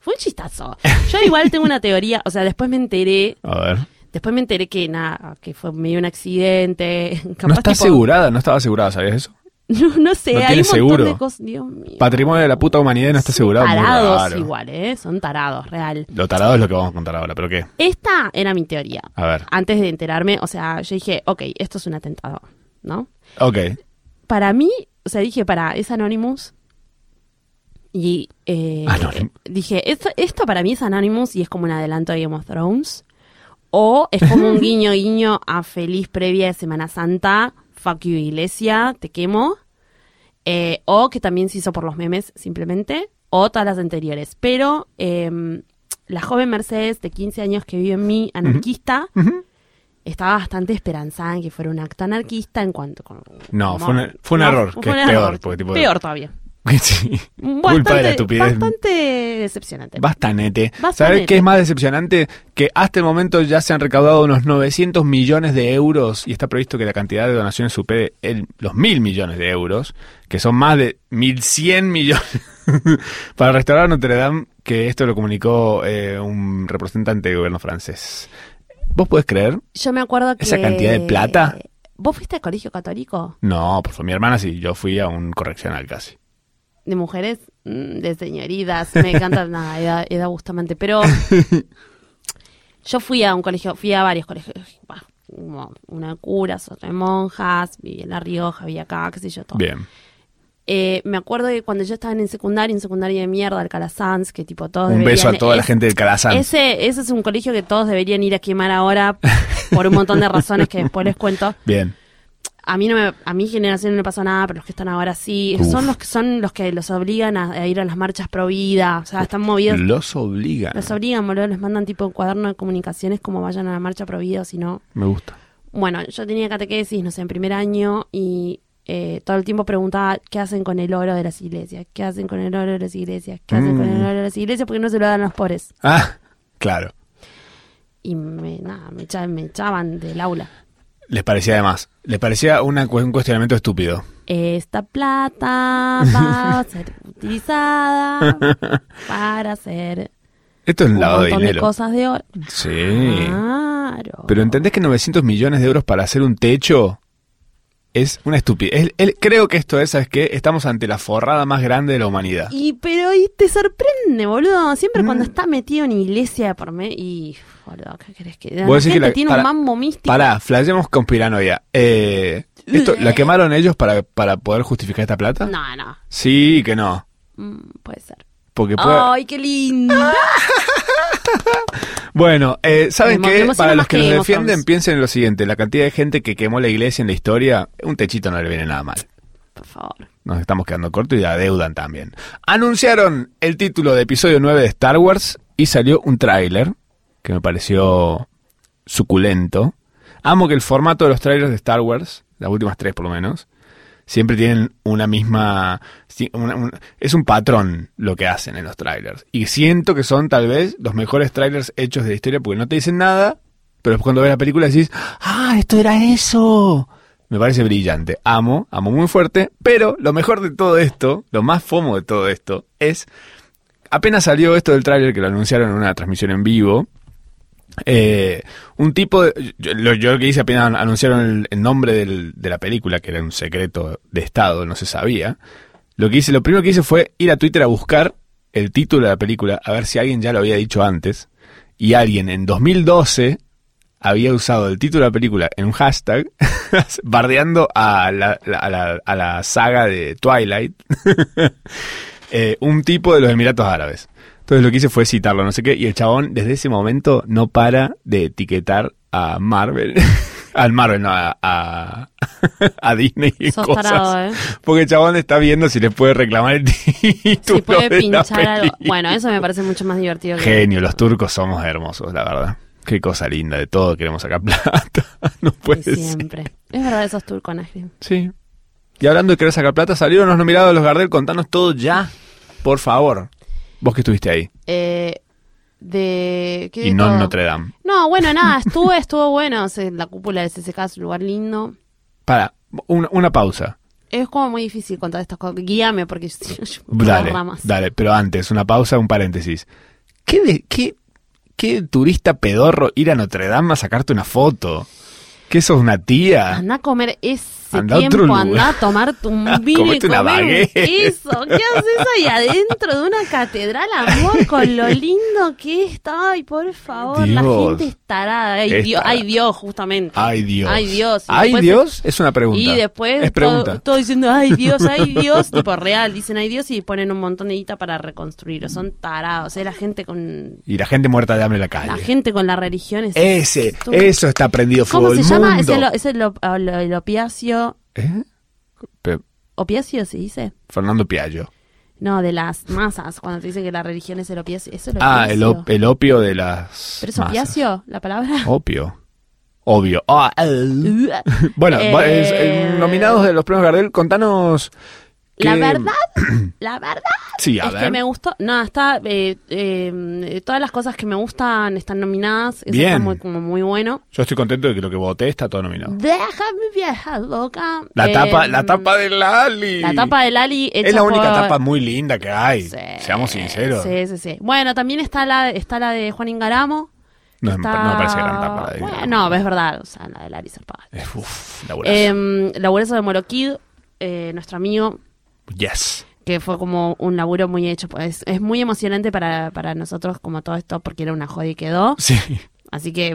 B: Fue un chistazo. Yo igual tengo una teoría. O sea, después me enteré.
A: A ver.
B: Después me enteré que nada, que fue medio un accidente. *laughs*
A: no
B: Capaz,
A: está
B: tipo-
A: asegurada, no estaba asegurada, ¿sabías eso?
B: No, no sé,
A: No tiene
B: hay un montón
A: seguro.
B: de cosas. Dios mío.
A: Patrimonio de la puta humanidad no está asegurado. muy
B: Tarados
A: raro.
B: igual, ¿eh? Son tarados, real.
A: Lo tarado es lo que vamos a contar ahora, pero ¿qué?
B: Esta era mi teoría.
A: A ver.
B: Antes de enterarme, o sea, yo dije, ok, esto es un atentado, ¿no?
A: Ok.
B: Para mí, o sea, dije, para, es Anonymous. Y eh,
A: Anonym-
B: dije, esto, esto para mí es Anonymous y es como un adelanto de Game of Thrones. O es como un guiño guiño a feliz previa de Semana Santa, fuck you iglesia, te quemo. Eh, o que también se hizo por los memes simplemente, o todas las anteriores. Pero eh, la joven Mercedes de 15 años que vive en mí, anarquista, estaba bastante esperanzada en que fuera un acto anarquista en cuanto... con-
A: No,
B: como-
A: fue un- fue un error, que es peor, porque tipo-
B: peor todavía.
A: *laughs* sí. Culpa de la
B: Bastante,
A: estupidez.
B: bastante decepcionante.
A: Bastanete.
B: Bastanete.
A: ¿Sabes qué es más decepcionante? Que hasta el momento ya se han recaudado unos 900 millones de euros y está previsto que la cantidad de donaciones supere el- los mil millones de euros, que son más de 1.100 millones *laughs* para restaurar Notre Dame, que esto lo comunicó eh, un representante del gobierno francés. ¿Vos podés creer?
B: Yo me acuerdo que...
A: Esa cantidad de plata.
B: ¿Vos fuiste al colegio católico
A: No, por favor, mi hermana sí, yo fui a un correccional casi.
B: de mujeres? Mm, De señoritas, me
A: *laughs*
B: encanta nada, edad, edad Bustamante, pero yo fui a un colegio, fui a varios colegios, bah, como una de curas, otra de monjas, viví en La Rioja, viví acá, qué sé yo, todo.
A: Bien.
B: Eh, me acuerdo que cuando yo estaba en secundaria, en secundaria de mierda, Alcalá Sanz, que tipo todos
A: Un beso a
B: deberían-
A: toda la
B: es-
A: gente del Calazán.
B: Ese, ese es un colegio que todos deberían ir a quemar ahora por un montón de razones que después les cuento.
A: Bien.
B: A mí no me- a mi generación no le pasó nada, pero los que están ahora sí,
A: Uf.
B: son los que son los que los obligan a, a ir a las marchas pro vida, o sea, están movidos,
A: Los obligan.
B: los obligan, boludo, les mandan tipo un cuaderno de comunicaciones como vayan a la marcha pro vida, o si no.
A: Me gusta.
B: Bueno, yo tenía catequesis, no sé, en primer año y eh, todo el tiempo preguntaba qué hacen con el oro de las iglesias, qué hacen con el oro de las iglesias, qué hacen con el
A: Mm.
B: oro de las iglesias, porque no se lo dan a los pobres.
A: Ah, claro.
B: Y me, nada, me, echa- me echaban del aula.
A: Les parecía además. Les parecía una cu- un cuestionamiento estúpido.
B: Esta plata
A: *laughs*
B: va a ser utilizada para hacer
A: Esto es un
B: un
A: lavado de
B: montón de,
A: dinero.
B: cosas Ah. de oro.
A: Sí.
B: Claro.
A: Pero ¿entendés que 900 millones de euros para hacer un techo Es una estupidez. Es- él- creo que esto es, ¿sabes qué? Estamos ante la forrada más grande de la humanidad.
B: Y pero y te sorprende, boludo. Siempre cuando
A: Mm.
B: está metido en iglesia por mí. Y, boludo, ¿qué crees que.? La
A: Vos decís
B: gente
A: que la-
B: tiene
A: para-
B: un mambo místico.
A: Pará, flayemos con piranoia. Eh, esto, ¿La quemaron ellos para, para poder justificar esta plata?
B: No, no.
A: Sí, que no.
B: Mm, puede ser.
A: Porque puede...
B: ¡Ay,
A: *laughs*
B: qué lindo!
A: Bueno, eh, ¿saben
B: Me
A: qué?
B: emociona
A: Para
B: más
A: los que
B: que
A: nos
B: Game of
A: defienden,
B: Thrones.
A: piensen en lo siguiente. La cantidad de gente que quemó la iglesia en la historia, un techito no le viene nada mal.
B: Por favor.
A: Nos estamos quedando cortos y adeudan también. Anunciaron el título de episodio 9 de Star Wars y salió un tráiler que me pareció suculento. Amo que el formato de los trailers de Star Wars, las últimas tres por lo menos, siempre tienen una misma... si- una- un- es un patrón lo que hacen en los trailers. Y siento que son tal vez los mejores trailers hechos de la historia porque no te dicen nada, pero después cuando ves la película decís, ¡ah, esto era eso! Me parece brillante. Amo, amo muy fuerte, pero lo mejor de todo esto, lo más fomo de todo esto, es... Apenas salió esto del tráiler que lo anunciaron en una transmisión en vivo, eh, un tipo, de- yo, lo, yo lo que hice apenas anunciaron el, el nombre del- de la película, que era un secreto de Estado, no se sabía. Lo que hice, lo primero que hice fue ir a Twitter a buscar el título de la película, a ver si alguien ya lo había dicho antes. Y alguien en 2012 había usado el título de la película en un hashtag, *laughs* bardeando a la, la- a la- a la saga de Twilight, *laughs* eh, un tipo de los Emiratos Árabes. Entonces lo que hice fue citarlo, no sé qué, y el chabón desde ese momento no para de etiquetar a Marvel, *laughs* al Marvel, no, a, a, *laughs* a Disney y
B: Sos
A: cosas.
B: tarado, ¿eh?
A: *laughs* Porque el chabón está viendo si le puede reclamar el *laughs* título
B: Si puede
A: de la
B: pinchar algo.
A: película.
B: Bueno, eso me parece mucho más divertido que.
A: Genio, los turcos somos hermosos, la verdad. Qué cosa linda, de todo queremos sacar *laughs* plata. No
B: que
A: puede ser.
B: siempre. Es verdad, esos turcos, Najrim.
A: Sí. Y hablando de querer sacar plata, salieron los nominados de los Gardel, contanos todo ya, por favor. Vos que estuviste ahí,
B: Eh, de. ¿qué
A: y
B: de
A: no en
B: todo?
A: Notre Dame.
B: No, bueno, nada, estuve, estuvo bueno. O sea, la cúpula del CCK es un lugar lindo.
A: Para, una, una pausa.
B: Es como muy difícil contar estas cosas. Guíame, porque yo, yo- yo- por las
A: Dale,
B: ramas.
A: dale, pero antes, una pausa, un paréntesis. ¿Qué, de- qué, qué turista pedorro ir a Notre Dame a sacarte una foto? ¿Qué sos una tía?
B: Andá a comer ese
A: Andá a otro
B: tiempo,
A: lugar.
B: andá a
A: *laughs*
B: tomarte un
A: Comete
B: vino y
A: una
B: comer un
A: baguette.
B: queso. ¿Qué haces ahí adentro de una catedral, amor? Con
A: *laughs*
B: lo lindo que está. Ay, por favor, la
A: Dios.
B: gente es tarada. Ay,
A: Es
B: Dios,
A: tarada.
B: ay, Dios, justamente.
A: Ay Dios.
B: Ay, Dios. Y
A: Ay
B: después-
A: Dios es una pregunta.
B: Y después
A: es
B: todo,
A: pregunta.
B: todo diciendo, ay Dios,
A: *laughs*
B: ay Dios, tipo real, dicen ay Dios y ponen un montón de guita para reconstruirlo. Son tarados, es la gente con
A: Y la gente muerta de hambre en la calle.
B: la gente con la religión. Es
A: Ese,
B: Tú-
A: eso está prendido fuego
B: ¿Cómo se
A: el
B: llama? Es
A: mundo.
B: el, es el, op- el- el opiacio.
A: ¿Eh? Pe-
B: ¿Opiacio se dice?
A: Fernando Piaggio.
B: No, de las masas, cuando te dicen que la religión es el opiacio. Eso es el
A: Ah, el, op-
B: opiacio.
A: el opio de las
B: ¿Pero
A: masas.
B: es
A: Oh.
B: opiacio la palabra? *laughs*
A: Opio. Obvio. Ah, el- *laughs* Bueno,
B: Eh,
A: va- es- eh, nominados de los premios Gardel, contanos...
B: La
A: que- *clears throat*
B: verdad, la verdad
A: Sí, a
B: es
A: ver.
B: que me gustó. No, está. eh, eh, todas las cosas que me gustan están nominadas. Eso
A: Bien.
B: está muy, como muy bueno.
A: Yo estoy contento de que lo que voté está todo nominado.
B: Déjame viajar, loca.
A: La
B: Eh,
A: tapa, la tapa de Lali.
B: La tapa del Ali. hecha
A: Es la única
B: por-
A: tapa muy linda que hay.
B: Sí,
A: Seamos sinceros.
B: Sí, sí, sí. Bueno, también está la, está la de Juan Ingaramo.
A: No, es-
B: Está-
A: no me parece gran tapa. la de-
B: Bueno, no, es verdad. O sea, la de Larry Zarpada.
A: Es- Uf, laburazo.
B: Eh, laburazo de Moroquid, eh, nuestro amigo,
A: yes.
B: que fue como un laburo muy hecho. Pues, es muy emocionante para, para nosotros, como todo esto, porque era una joda y quedó.
A: Sí.
B: Así que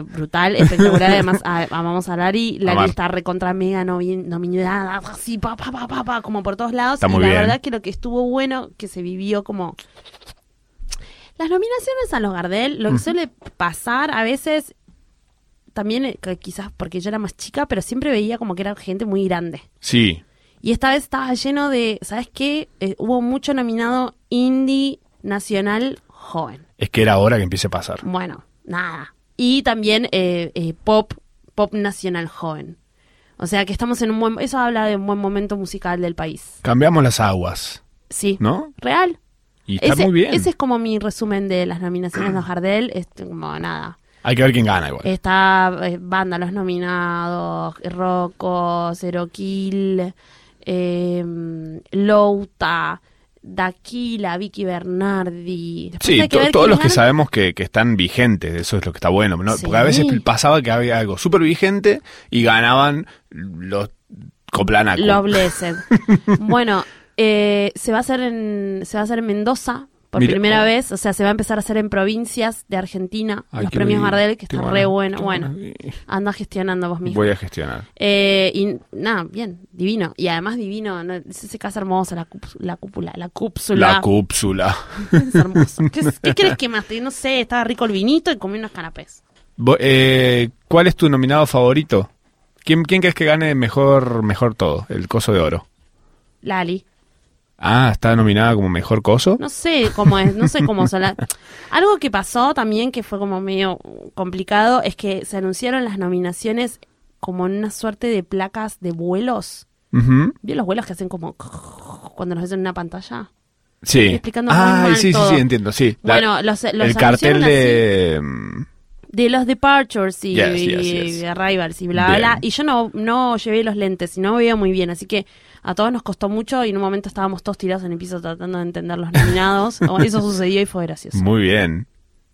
A: *laughs*
B: brutal, espectacular. Además, a- amamos a Lari. Lari
A: Amar.
B: está recontra mega nomi- nominada, así, pa, pa, pa, pa, pa, como por todos lados.
A: Está muy
B: y la
A: bien.
B: verdad que lo que estuvo bueno, que se vivió como. Las nominaciones a los Gardel, lo que suele pasar a veces, también eh, que quizás porque yo era más chica, pero siempre veía como que era gente muy grande.
A: Sí.
B: Y esta vez estaba lleno de, ¿sabes qué? Eh, hubo mucho nominado indie, nacional, joven.
A: Es que era hora que empiece a pasar.
B: Bueno, nada. Y también eh, eh, pop, pop nacional joven. O sea que estamos en un buen... Eso habla de un buen momento musical del país.
A: Cambiamos las aguas,
B: Sí.
A: ¿no?
B: Real.
A: Y está
B: ese,
A: muy bien. Ah.
B: Ese es como mi resumen de las nominaciones de los Jardel. Es como nada.
A: Hay que ver quién gana igual.
B: Está eh, Banda Los Nominados, Rocco, Cero Kill, eh, Louta, Daquila, Vicky Bernardi. Después
A: Sí,
B: hay que
A: to-
B: ver
A: todos
B: quién
A: los que
B: gana.
A: sabemos que, que están vigentes, eso es lo que está bueno. ¿no?
B: Sí.
A: Porque a veces pasaba que había algo súper vigente y ganaban los Coplanaco. *laughs*
B: Love Blessed. bueno, eh, se va a hacer en se va a hacer en Mendoza por
A: Mira,
B: primera
A: oh.
B: vez, o sea, se va a empezar a hacer en provincias de Argentina,
A: Ay,
B: los
A: qué
B: premios
A: bien,
B: Gardel, que
A: qué
B: está re bueno.
A: bueno, qué
B: Bueno, anda gestionando vos mismo.
A: Voy a gestionar.
B: Eh, y nada, bien, divino. Y además divino, ¿no? es ese casa hermosa, la, cups- la cúpula, la cúpsula.
A: La cúpsula.
B: *laughs* es hermoso. ¿Qué, qué crees que más? te- No sé, estaba rico el vinito y comí unos canapés.
A: Bo- eh, ¿Cuál es tu nominado favorito? ¿Quién, ¿Quién crees que gane mejor, mejor todo? El coso de oro.
B: Lali.
A: Ah, está nominada como mejor coso.
B: No sé cómo es, no sé cómo son las... Algo que pasó también que fue como medio complicado es que se anunciaron las nominaciones como en una suerte de placas de vuelos.
A: Ujú.
B: ¿Vio los vuelos que hacen como cuando los ves en una pantalla?
A: Sí.
B: Estoy explicando muy
A: ah,
B: mal
A: sí,
B: todo.
A: sí, sí, entiendo. Sí. La-
B: Bueno, los, los
A: el cartel
B: anunciaron así.
A: de. mm,
B: de los departures y,
A: Yes, yes,
B: y
A: yes.
B: arrivals y bla bla,
A: Bien.
B: bla y yo no no llevé los lentes y no veo muy bien así que a todos nos costó mucho y en un momento estábamos todos tirados en el piso tratando de entender
A: *laughs*
B: los nominados O eso sucedió y fue gracioso
A: mm, Muy bien.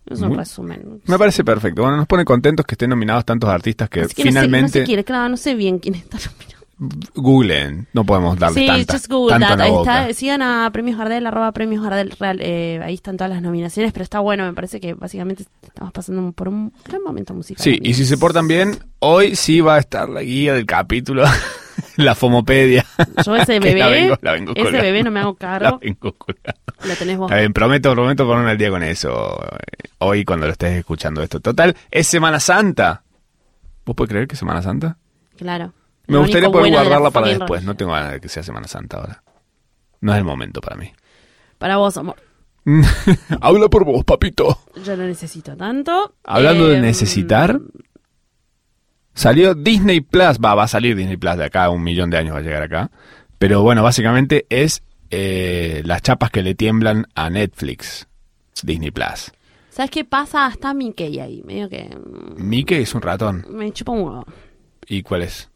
B: es un
A: muy-
B: resumen
A: Me parece perfecto. Bueno, nos pone contentos que estén nominados tantos artistas que,
B: Así que no sé,
A: finalmente
B: no sé quién, claro, no sé bien quién está nominado
A: googlen. No podemos darle
B: sí
A: tanta,
B: just Google
A: tanto
B: that.
A: en la
B: Ahí
A: boca.
B: está, sigan a premios Gardel arroba premios Gardel real eh, ahí están todas las nominaciones pero está bueno me parece que básicamente estamos pasando por un gran momento musical
A: Sí, y si se portan bien, hoy sí va a estar la guía del capítulo, *laughs* la fomopedia. *laughs*
B: yo ese
A: Que
B: bebé
A: la vengo- la vengo
B: ese
A: colgando.
B: bebé no me hago
A: La
B: cargo
A: vengo colgando.
B: lo tenés vos
A: Está bien, prometo, prometo ponerme al día con eso eh, hoy cuando lo estés escuchando esto. Total, es Semana Santa. ¿Vos podés creer que es Semana Santa?
B: Claro.
A: Me
B: Lo
A: gustaría
B: único
A: poder
B: bueno de la
A: guardarla para
B: fucking
A: después.
B: religión.
A: No tengo ganas de que sea Semana Santa ahora. No es el momento para mí. *laughs*
B: Para vos, amor.
A: Habla por vos, papito.
B: Yo no necesito tanto.
A: Hablando de
B: Em,
A: necesitar, salió Disney Plus. Va, va a salir Disney Plus de acá, un millón de años va a llegar acá. Pero bueno, básicamente es eh, las chapas que le tiemblan a Netflix. Disney Plus.
B: ¿Sabes qué pasa? Hasta Mickey ahí. Medio que. mm,
A: Mickey es un ratón.
B: Me chupa un huevo.
A: ¿Y cuál es?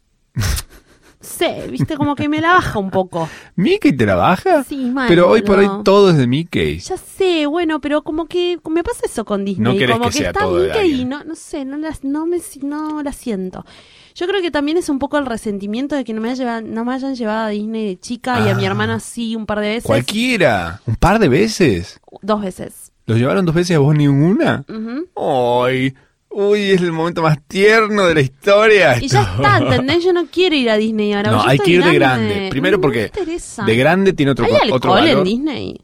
B: Sé, viste, como que me la baja
A: *laughs*
B: un poco.
A: ¿Mickey te la baja?
B: Sí, mal,
A: Pero hoy por
B: boludo.
A: hoy todo es de Mickey.
B: Ya sé, bueno, pero como que me pasa eso con
A: No
B: Disney.
A: querés
B: como
A: que
B: que,
A: sea
B: está
A: todo de
B: Mickey y
A: alguien.
B: no, no sé, no la, no, me, si- no la siento. Yo creo que también es un poco el resentimiento de que no me, haya llevado- no me hayan llevado a Disney de chica y a mi
A: Ah.
B: hermana sí un par de veces.
A: Cualquiera. Un par de veces.
B: Dos veces.
A: ¿Los llevaron dos veces a vos ninguna?
B: Ujú.
A: ¡Ay! Uy, es el momento más tierno de la historia.
B: Y ya
A: esto.
B: está, ¿entendés? Yo no quiero ir a Disney ahora.
A: No,
B: yo
A: hay
B: estoy Mm,
A: que ir de grande. Primero
B: No me
A: porque
B: interesa.
A: de grande tiene otro,
B: ¿Hay
A: co-
B: alcohol
A: otro valor.
B: en Disney?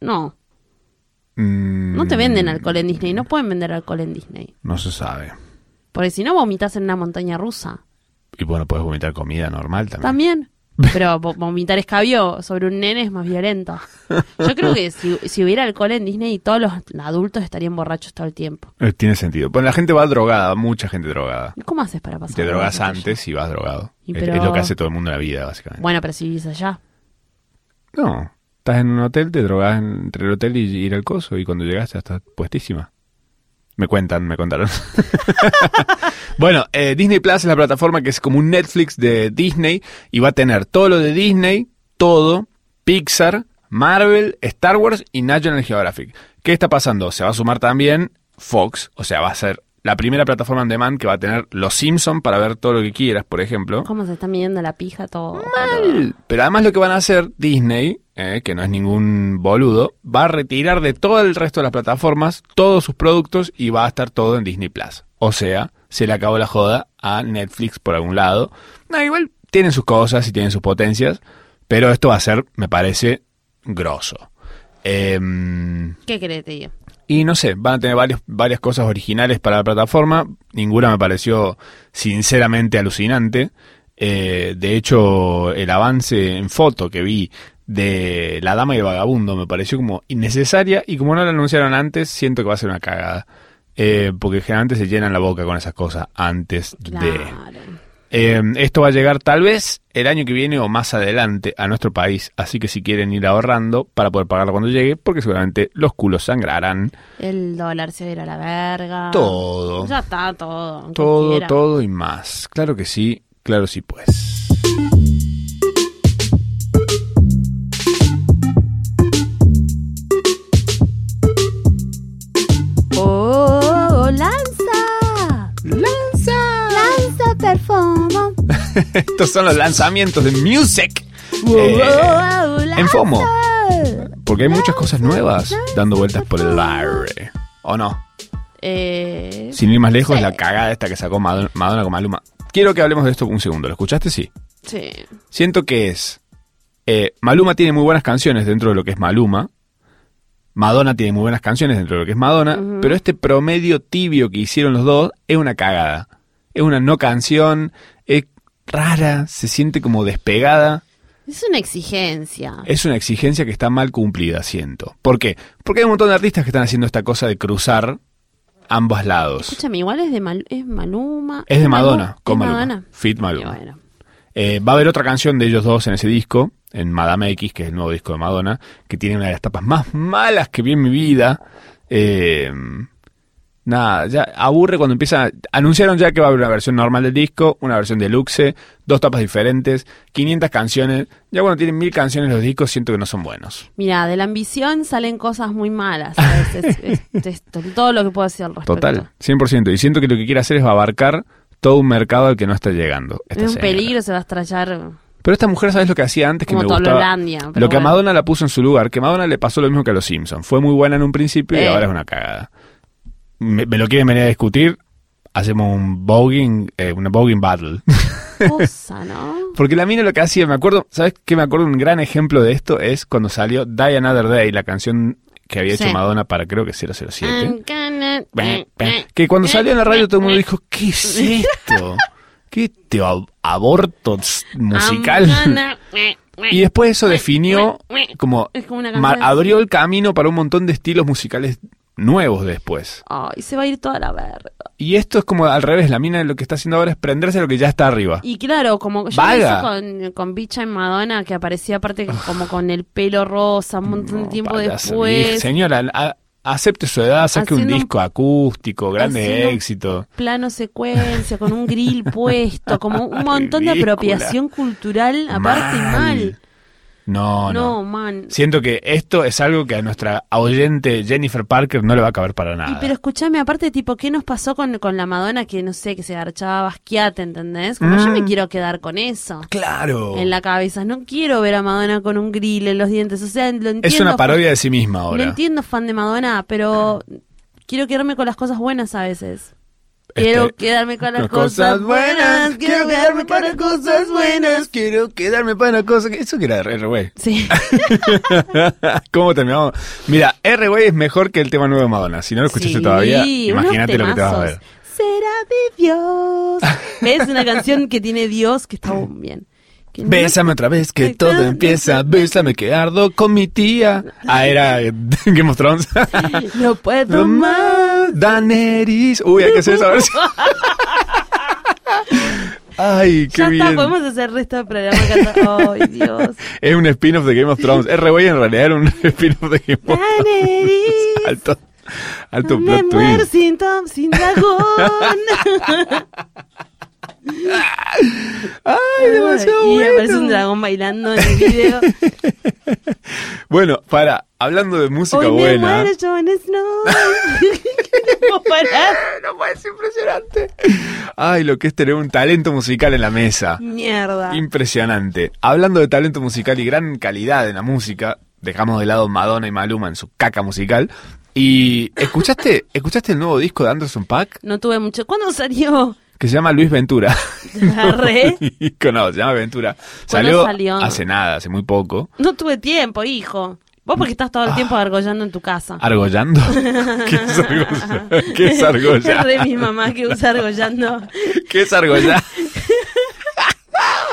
B: No,
A: Mm,
B: no te venden alcohol en Disney. No pueden vender alcohol en Disney.
A: No se sabe.
B: Porque si no, vomitas en una montaña rusa.
A: Y bueno, puedes vomitar comida normal también.
B: También. Pero vo- vomitar escabio sobre un nene es más violento. Yo creo que si, si hubiera alcohol en Disney, todos los adultos estarían borrachos todo el tiempo.
A: Eh, Tiene sentido. Bueno, la gente va drogada, mucha gente drogada.
B: ¿Y ¿Cómo haces para pasar?
A: Te
B: la
A: drogas
B: borrachera?
A: antes y vas drogado.
B: Y
A: Es-
B: pero-
A: Es, lo que hace todo el mundo en la vida, básicamente.
B: Bueno, pero si vivís allá.
A: No, estás en un hotel, te drogas entre el hotel y ir al coso. Y cuando llegas ya estás puestísima. Me cuentan, me contaron. *laughs* bueno, eh, Disney Plus es la plataforma que es como un Netflix de Disney y va a tener todo lo de Disney, todo, Pixar, Marvel, Star Wars y National Geographic. ¿Qué está pasando? Se va a sumar también Fox, o sea, va a ser la primera plataforma on demand que va a tener Los Simpson para ver todo lo que quieras, por ejemplo.
B: ¿Cómo se está midiendo la pija todo?
A: Mal. Pero además lo que van a hacer Disney, eh, que no es ningún boludo, va a retirar de todo el resto de las plataformas todos sus productos y va a estar todo en Disney Plus. O sea, se le acabó la joda a Netflix por algún lado. No, igual tienen sus cosas y tienen sus potencias, pero esto va a ser, me parece, grosso. Em,
B: ¿Qué crees, te digo?
A: y no sé, van a tener varios, varias cosas originales para la plataforma. Ninguna me pareció sinceramente alucinante. Eh, de hecho, el avance en foto que vi de La Dama y el Vagabundo me pareció como innecesaria y como no la anunciaron antes, siento que va a ser una cagada. Eh, porque generalmente se llenan la boca con esas cosas antes de...
B: Claro.
A: Eh, esto va a llegar tal vez el año que viene o más adelante a nuestro país, así que si quieren ir ahorrando para poder pagarlo cuando llegue, porque seguramente los culos sangrarán.
B: El dólar se va a ir a la verga.
A: Todo.
B: Ya está todo. aunque
A: Todo,
B: quiera.
A: todo y más. Claro que sí, claro sí pues. *laughs*
B: Oh, lanza. Lanza. Lanza perfumo.
A: Estos son los lanzamientos de Music. *laughs*
B: Oh,
A: eh, en FOMO. Porque hay muchas cosas nuevas dando vueltas por el aire. ¿O no?
B: Eh,
A: Sin ir más lejos,
B: Sí.
A: la cagada esta que sacó Madon- Madonna con Maluma. Quiero que hablemos de esto un segundo. ¿Lo escuchaste? Sí.
B: sí.
A: Siento que es. eh, Maluma tiene muy buenas canciones dentro de lo que es Maluma. Madonna tiene muy buenas canciones dentro de lo que es Madonna.
B: Ujú.
A: Pero este promedio tibio que hicieron los dos es una cagada. Es una no canción. Es rara. Se siente como despegada.
B: Es una exigencia.
A: Es una exigencia que está mal cumplida, siento. ¿Por qué? Porque hay un montón de artistas que están haciendo esta cosa de cruzar ambos lados.
B: Escúchame, igual es de Mal- es Maluma.
A: Es de Madonna,
B: Malu-
A: con
B: es
A: Maluma.
B: Madonna.
A: Fit
B: Y
A: Maluma.
B: bueno.
A: Eh, va a haber otra canción de ellos dos en ese disco, en Madame X, que es el nuevo disco de Madonna, que tiene una de las tapas más malas que vi en mi vida. Eh, nada, ya aburre cuando empieza. Anunciaron ya que va a haber una versión normal del disco, una versión deluxe, dos tapas diferentes, 500 canciones. Ya cuando tienen mil canciones los discos, siento que no son buenos.
B: Mira, de la ambición salen cosas muy malas. ¿sabes?
A: *laughs*
B: Es, es- es to- todo lo que puedo decir al respecto.
A: Total, 100%. Y siento que lo que quiere hacer es abarcar todo un mercado al que no está llegando. esta
B: Es un
A: señora.
B: peligro, se va a estrellar
A: Pero esta mujer, ¿sabes lo que hacía antes eh, que me
B: como
A: gustaba?
B: Tololandia. pero
A: lo que a
B: bueno.
A: Madonna la puso en su lugar, que a Madonna le pasó lo mismo que a los Simpsons. Fue muy buena en un principio y
B: Eh.
A: ahora es una cagada. Me, me lo quieren venir a discutir, hacemos un voguing, eh, una voguing battle. *laughs*
B: Cosa, ¿no?
A: Porque la mina lo que hacía, me acuerdo, ¿sabes qué? Me acuerdo un gran ejemplo de esto es cuando salió Die Another Day, la canción que había hecho
B: Sí. Mm,
A: Madonna para creo que 007.
B: I'm gonna- mm, eh,
A: Que cuando salió en la radio todo el mundo dijo, ¿qué
B: *laughs*
A: es esto? ¿Qué este ab- aborto s- musical?
B: I'm gonna-
A: *laughs* Y después
B: *laughs*
A: eso definió como
B: eh, Es
A: *laughs*
B: como una
A: ma-
B: canción.
A: abrió el camino para un montón de estilos musicales nuevos después.
B: Ay, se va a ir toda la verga.
A: Y esto es como al revés, la mina lo que está haciendo ahora es prenderse a lo que ya está arriba.
B: Y claro, como yo lo
A: Vaga.
B: hice con, con Bicha en Madonna, que aparecía aparte como con el pelo rosa un montón de
A: No,
B: tiempo
A: payaso, Oh, vieja.
B: después.
A: Señora, a- acepte su edad, saque un
B: Haciendo un-
A: disco acústico, grande
B: haciendo-
A: éxito.
B: plano secuencia, con
A: *laughs*
B: un grill puesto, como un montón de
A: Ridícula.
B: apropiación cultural, aparte mal.
A: No, no.
B: No, man.
A: Siento que esto es algo que a nuestra oyente Jennifer Parker no le va a caber para nada.
B: Y pero escúchame, aparte, tipo, ¿qué nos pasó con, con la Madonna que, no sé, que se garchaba Basquiat, ¿entendés? Como yo me
A: Mm. Oh.
B: quiero quedar con eso
A: Claro.
B: en la cabeza. No quiero ver a Madonna con un grill en los dientes. O sea, lo entiendo.
A: es una parodia de sí misma ahora.
B: Lo entiendo, fan de Madonna, pero quiero quedarme con las cosas buenas a veces. Quiero
A: Este,
B: quedarme con las
A: Las
B: cosas, buenas, quiero quedarme con las cosas buenas.
A: quiero quedarme para cosas. que- Eso que era R, güey. *laughs*
B: Sí.
A: ¿Cómo terminamos? Mira, R, güey es mejor que el tema nuevo de Madonna. Si no lo escuchaste
B: Sí,
A: todavía,
B: unos
A: imagínate lo que te vas a
B: temazos.
A: ver.
B: Será de Dios. Es una canción que tiene Dios que está bien. Que no-
A: Bésame otra vez que todo empieza, bésame que ardo con mi tía. Ah, era eh, *laughs* Game of
B: *laughs*
A: Thrones.
B: No puedo más.
A: Tomás Daneris. Uy, hay que hacer
B: *laughs*
A: esa versión. Ay, qué
B: Ya
A: bien.
B: está, podemos hacer el resto del programa. cantando. Ay,
A: *laughs*
B: Dios.
A: Es un spin-off de Game of Thrones. R, güey en realidad era un *laughs* spin-off de Game of Thrones.
B: Daenerys,
A: *laughs* Alto, alto
B: me
A: plot
B: muero
A: twist.
B: sin, Tom- sin dragón.
A: *laughs* Ay, demasiado
B: y aparece un
A: bueno.
B: dragón bailando en el
A: *laughs*
B: video.
A: Bueno, para, hablando de música
B: Hoy me
A: buena.
B: muero, Jon *laughs* Snow. no puedo parar.
A: no puede ser impresionante. Ay, lo que es tener un talento musical en la mesa.
B: Mierda.
A: Impresionante. Hablando de talento musical y gran calidad en la música, dejamos de lado Madonna y Maluma en su caca musical. Y escuchaste, escuchaste el nuevo disco de Anderson Pack
B: No tuve mucho. ¿Cuándo salió?
A: que se llama Luis Ventura.
B: *laughs*
A: *laughs*
B: Agarré.
A: Disco no, se llama Ventura. Salió,
B: salió?
A: hace nada, hace muy poco.
B: No tuve tiempo, hijo. Vos porque estás todo el tiempo argollando en tu casa. *laughs*
A: ¿Argollando? Ah. *laughs* ¿Qué es argolla? ¿Qué es
B: Es *laughs*
A: argolla?
B: re mi mamá que
A: *laughs*
B: usa argollando.
A: ¿Qué es argolla?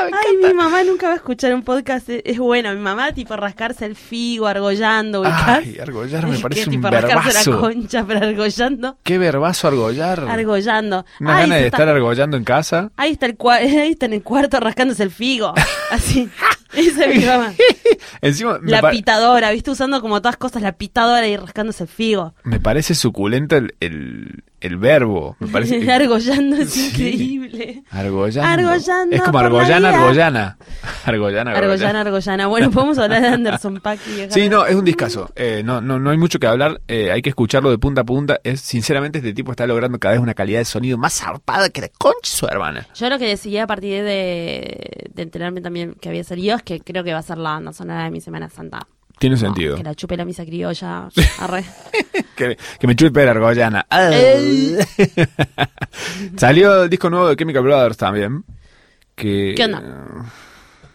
B: Ay, mi mamá nunca va a escuchar un podcast. e-, Es, es bueno, mi mamá tipo rascarse el figo, argollando, ubicás.
A: Ay, argollar me
B: Es
A: parece
B: que,
A: un
B: tipo, rascarse la
A: verbazo.
B: concha, pero argollando.
A: Qué verbazo argollar.
B: Argollando.
A: Una
B: Ay,
A: gana
B: se
A: de
B: está-
A: estar argollando en casa.
B: *laughs*
A: *laughs*
B: Ahí está, el cua- ahí está en el cuarto rascándose el figo. Así. Esa es mi mamá.
A: Encima, me,
B: La
A: pa-
B: pitadora, viste, usando como todas cosas la pitadora y rascándose el figo.
A: me parece suculento el, el, el verbo. Me
B: *laughs*
A: parece que-
B: Argollando es
A: Sí.
B: increíble.
A: Argollando.
B: Argollando
A: Es como
B: por la
A: argollana,
B: vida.
A: argollana. *laughs* Argollana,
B: Argollana, Argollana. Bueno, podemos hablar de Anderson Paak y dejar-
A: Sí, no, es un discazo. Eh, no, no, no hay mucho que hablar. eh, hay que escucharlo de punta a punta. Es, sinceramente, este tipo está logrando cada vez una calidad de sonido más zarpada que la concha de su hermana.
B: Yo lo que decidí a partir de, de enterarme también que había salido es que creo que va a ser la banda sonora de mi Semana Santa.
A: Tiene
B: No,
A: sentido.
B: que la chupe la misa criolla. Arre.
A: *laughs* que, que me chupe la argollana. Ah.
B: Ey.
A: *laughs* Salió el disco nuevo de Chemical Brothers también. Que,
B: ¿Qué onda?
A: eh,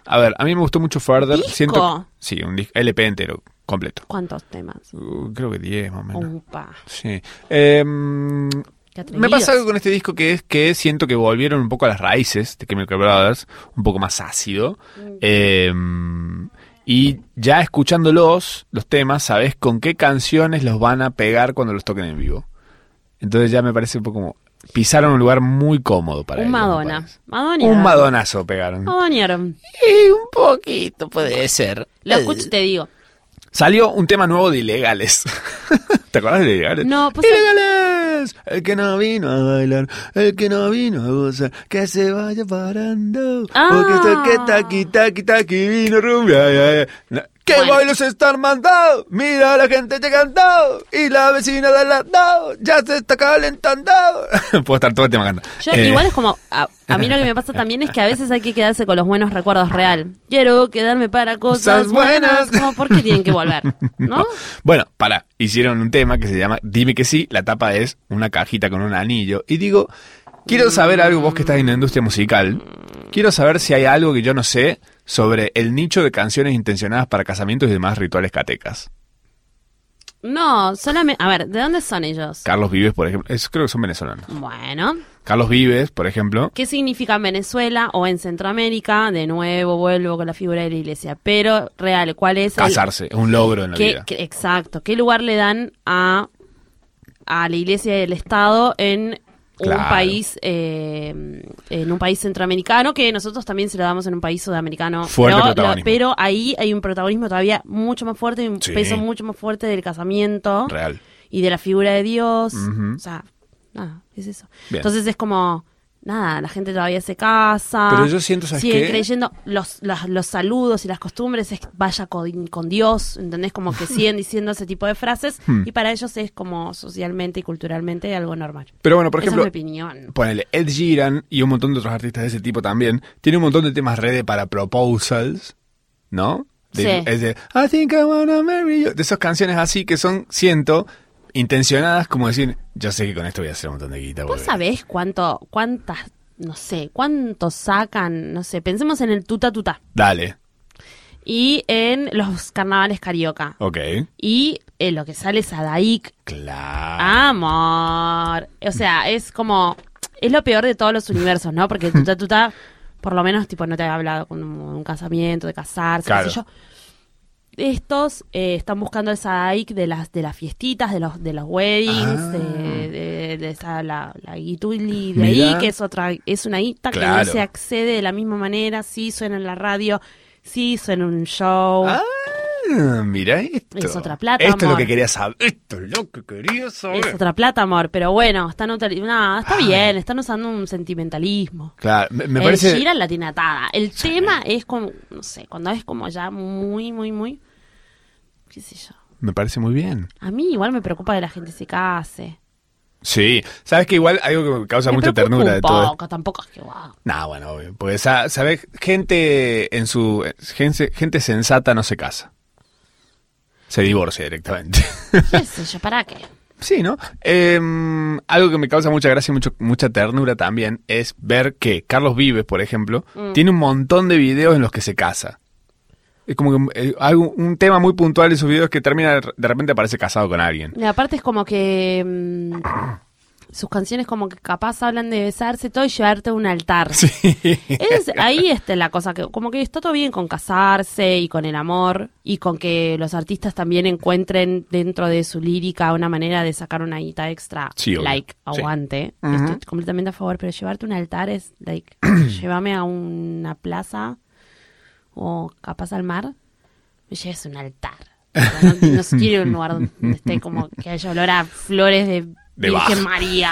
A: A ver, a mí me gustó mucho Further.
B: ¿Disco?
A: Siento, sí, un disco LP entero, completo.
B: ¿Cuántos temas?
A: Uh, creo que 10 más o menos.
B: Upa.
A: Sí. Em,
B: Qué atrevidos.
A: Me pasa algo con este disco que es que siento que volvieron un poco a las raíces de Chemical Brothers, un poco más ácido. Eh, y ya escuchándolos, los temas, sabes con qué canciones los van a pegar cuando los toquen en vivo. Entonces ya me parece un poco como. Pisaron un lugar muy cómodo para
B: Un
A: ellos, me
B: Madonna.
A: parece.
B: Madonna. Oh.
A: Un Madonazo pegaron.
B: Madonnaron.
A: Y *laughs* un poquito puede ser.
B: Lo escucho y te digo.
A: Salió un tema nuevo de Ilegales. *laughs* ¿Te acuerdas de Ilegales?
B: No, pues-
A: ¡Ilegales! El que no vino a bailar, el que no vino a gozar, que se vaya parando.
B: Ah.
A: Porque esto que taqui, taqui, taqui vino rumbia. ay, ay, ay. No. ¡Qué
B: Bueno.
A: bailos están mandando! ¡Mira la gente llegando! ¡Y la vecina de la lado ¡Ya se está calentando! *laughs* Puedo estar todo el tema cantando.
B: Yo
A: Eh,
B: igual es como, a, a mí lo que me pasa también es que a veces hay que quedarse con los buenos recuerdos real. Quiero quedarme para cosas
A: Cosas buenas.
B: buenas. Como, ¿por qué tienen que volver? ¿No?
A: Bueno, para, hicieron un tema que se llama Dime que sí, la tapa es una cajita con un anillo. Y digo, quiero saber algo, vos que estás en la industria musical, quiero saber si hay algo que yo no sé sobre el nicho de canciones intencionadas para casamientos y demás rituales catecas.
B: No, solamente, a ver, ¿de dónde son ellos?
A: Carlos Vives, por ejemplo, es- creo que son venezolanos.
B: Bueno,
A: Carlos Vives, por ejemplo,
B: ¿qué significa en Venezuela o en Centroamérica? De nuevo vuelvo con la figura de la iglesia, pero real, ¿cuál es el-
A: casarse, es un logro en la
B: qué-
A: vida.
B: qué- exacto, ¿qué lugar le dan a, a la iglesia y el Estado en
A: Claro.
B: un país eh, en un país centroamericano que nosotros también se lo damos en un país sudamericano
A: Fuerte
B: pero, lo-
A: protagonismo.
B: pero ahí hay un protagonismo todavía mucho más fuerte y un
A: Sí.
B: peso mucho más fuerte del casamiento
A: Real.
B: y de la figura de Dios.
A: Ujú.
B: O sea, nada, es eso.
A: Bien.
B: Entonces es como, nada, la gente todavía se casa.
A: Pero yo siento, ¿sabes
B: siguen
A: qué?
B: creyendo los, las- los saludos y las costumbres, es vaya con, con Dios, ¿entendés? Como
A: *laughs*
B: que siguen diciendo ese tipo de frases
A: Hmm.
B: y para ellos es como socialmente y culturalmente algo normal.
A: Pero bueno, por
B: Esa
A: ejemplo,
B: es mi opinión.
A: Ponele, Ed Sheeran y un montón de otros artistas de ese tipo también, tiene un montón de temas redes para proposals, ¿no? De,
B: Sí.
A: Es de, I think I wanna marry you. De esas canciones así que son, siento, intencionadas como decir, yo sé que con esto voy a hacer un montón de guita.
B: ¿Vos
A: porque-".
B: sabés cuánto, cuántas, no sé, cuántos sacan? No sé, pensemos en el tuta tuta
A: Dale,
B: y en los carnavales carioca.
A: ok.
B: Y eh, lo que sale es Adaik, Ah,
A: Claro.
B: Amor. O sea, es como. Es lo peor de todos los universos, ¿no? Porque tuta tuta, por lo menos, tipo, no te había hablado con un, un casamiento, de casarse,
A: Claro.
B: qué sé yo. Estos eh, están buscando el sadaik de las de las fiestitas, de los de los weddings,
A: Ah.
B: de, de- de esa, la, la guituli de
A: Mirá.
B: ahí, que es otra, es una guita que
A: Claro.
B: no se accede de la misma manera, sí suena en la radio, sí suena en un show.
A: Ah, mira esto.
B: Es otra plata,
A: Esto es lo
B: amor.
A: que quería saber. Esto es lo que quería saber.
B: Es otra plata, amor, pero bueno, están utili- nah, está
A: Ay.
B: bien, están usando un sentimentalismo.
A: Claro, me, me
B: el
A: parece.
B: Gira la tiene atada. El tema es como, no sé, cuando es como ya muy, muy, muy, qué sé yo.
A: Me parece muy bien.
B: A mí igual me preocupa que la gente se case.
A: Sí. Sabes que igual algo que me causa
B: me
A: mucha
B: preocupa
A: ternura
B: un
A: de todo esto.
B: poco, tampoco es que wow.
A: Nah, bueno, obvio. Porque, sa- ¿sabes? Gente en su. Gente, gente sensata no se casa. Se divorcia directamente. *laughs*
B: ¿Qué sé yo? ¿Para qué?
A: sí, ¿no? Eh, algo que me causa mucha gracia y mucho, mucha ternura también es ver que Carlos Vives, por ejemplo, tiene un montón de videos en los que se casa. Es como que eh, hay un, un tema muy puntual en sus videos que termina de repente aparece casado con alguien. *laughs*
B: Y aparte es como que mm, sus canciones como que capaz hablan de besarse todo y llevarte a un altar.
A: Sí. *laughs*
B: Es, ahí está la cosa, que como que está todo bien con casarse y con el amor y con que los artistas también encuentren dentro de su lírica una manera de sacar una guita extra.
A: Sí, obvio.
B: like,
A: Sí.
B: aguante.
A: Ujú.
B: Estoy
A: *clears throat*
B: completamente a favor, pero llevarte un altar es, like, llévame a una plaza o capaz al mar, me lleves a un altar. O sea, no, no
A: *laughs*
B: quiero un lugar donde esté como que haya olor a flores de,
A: De Bach.
B: Virgen
A: *laughs*
B: María.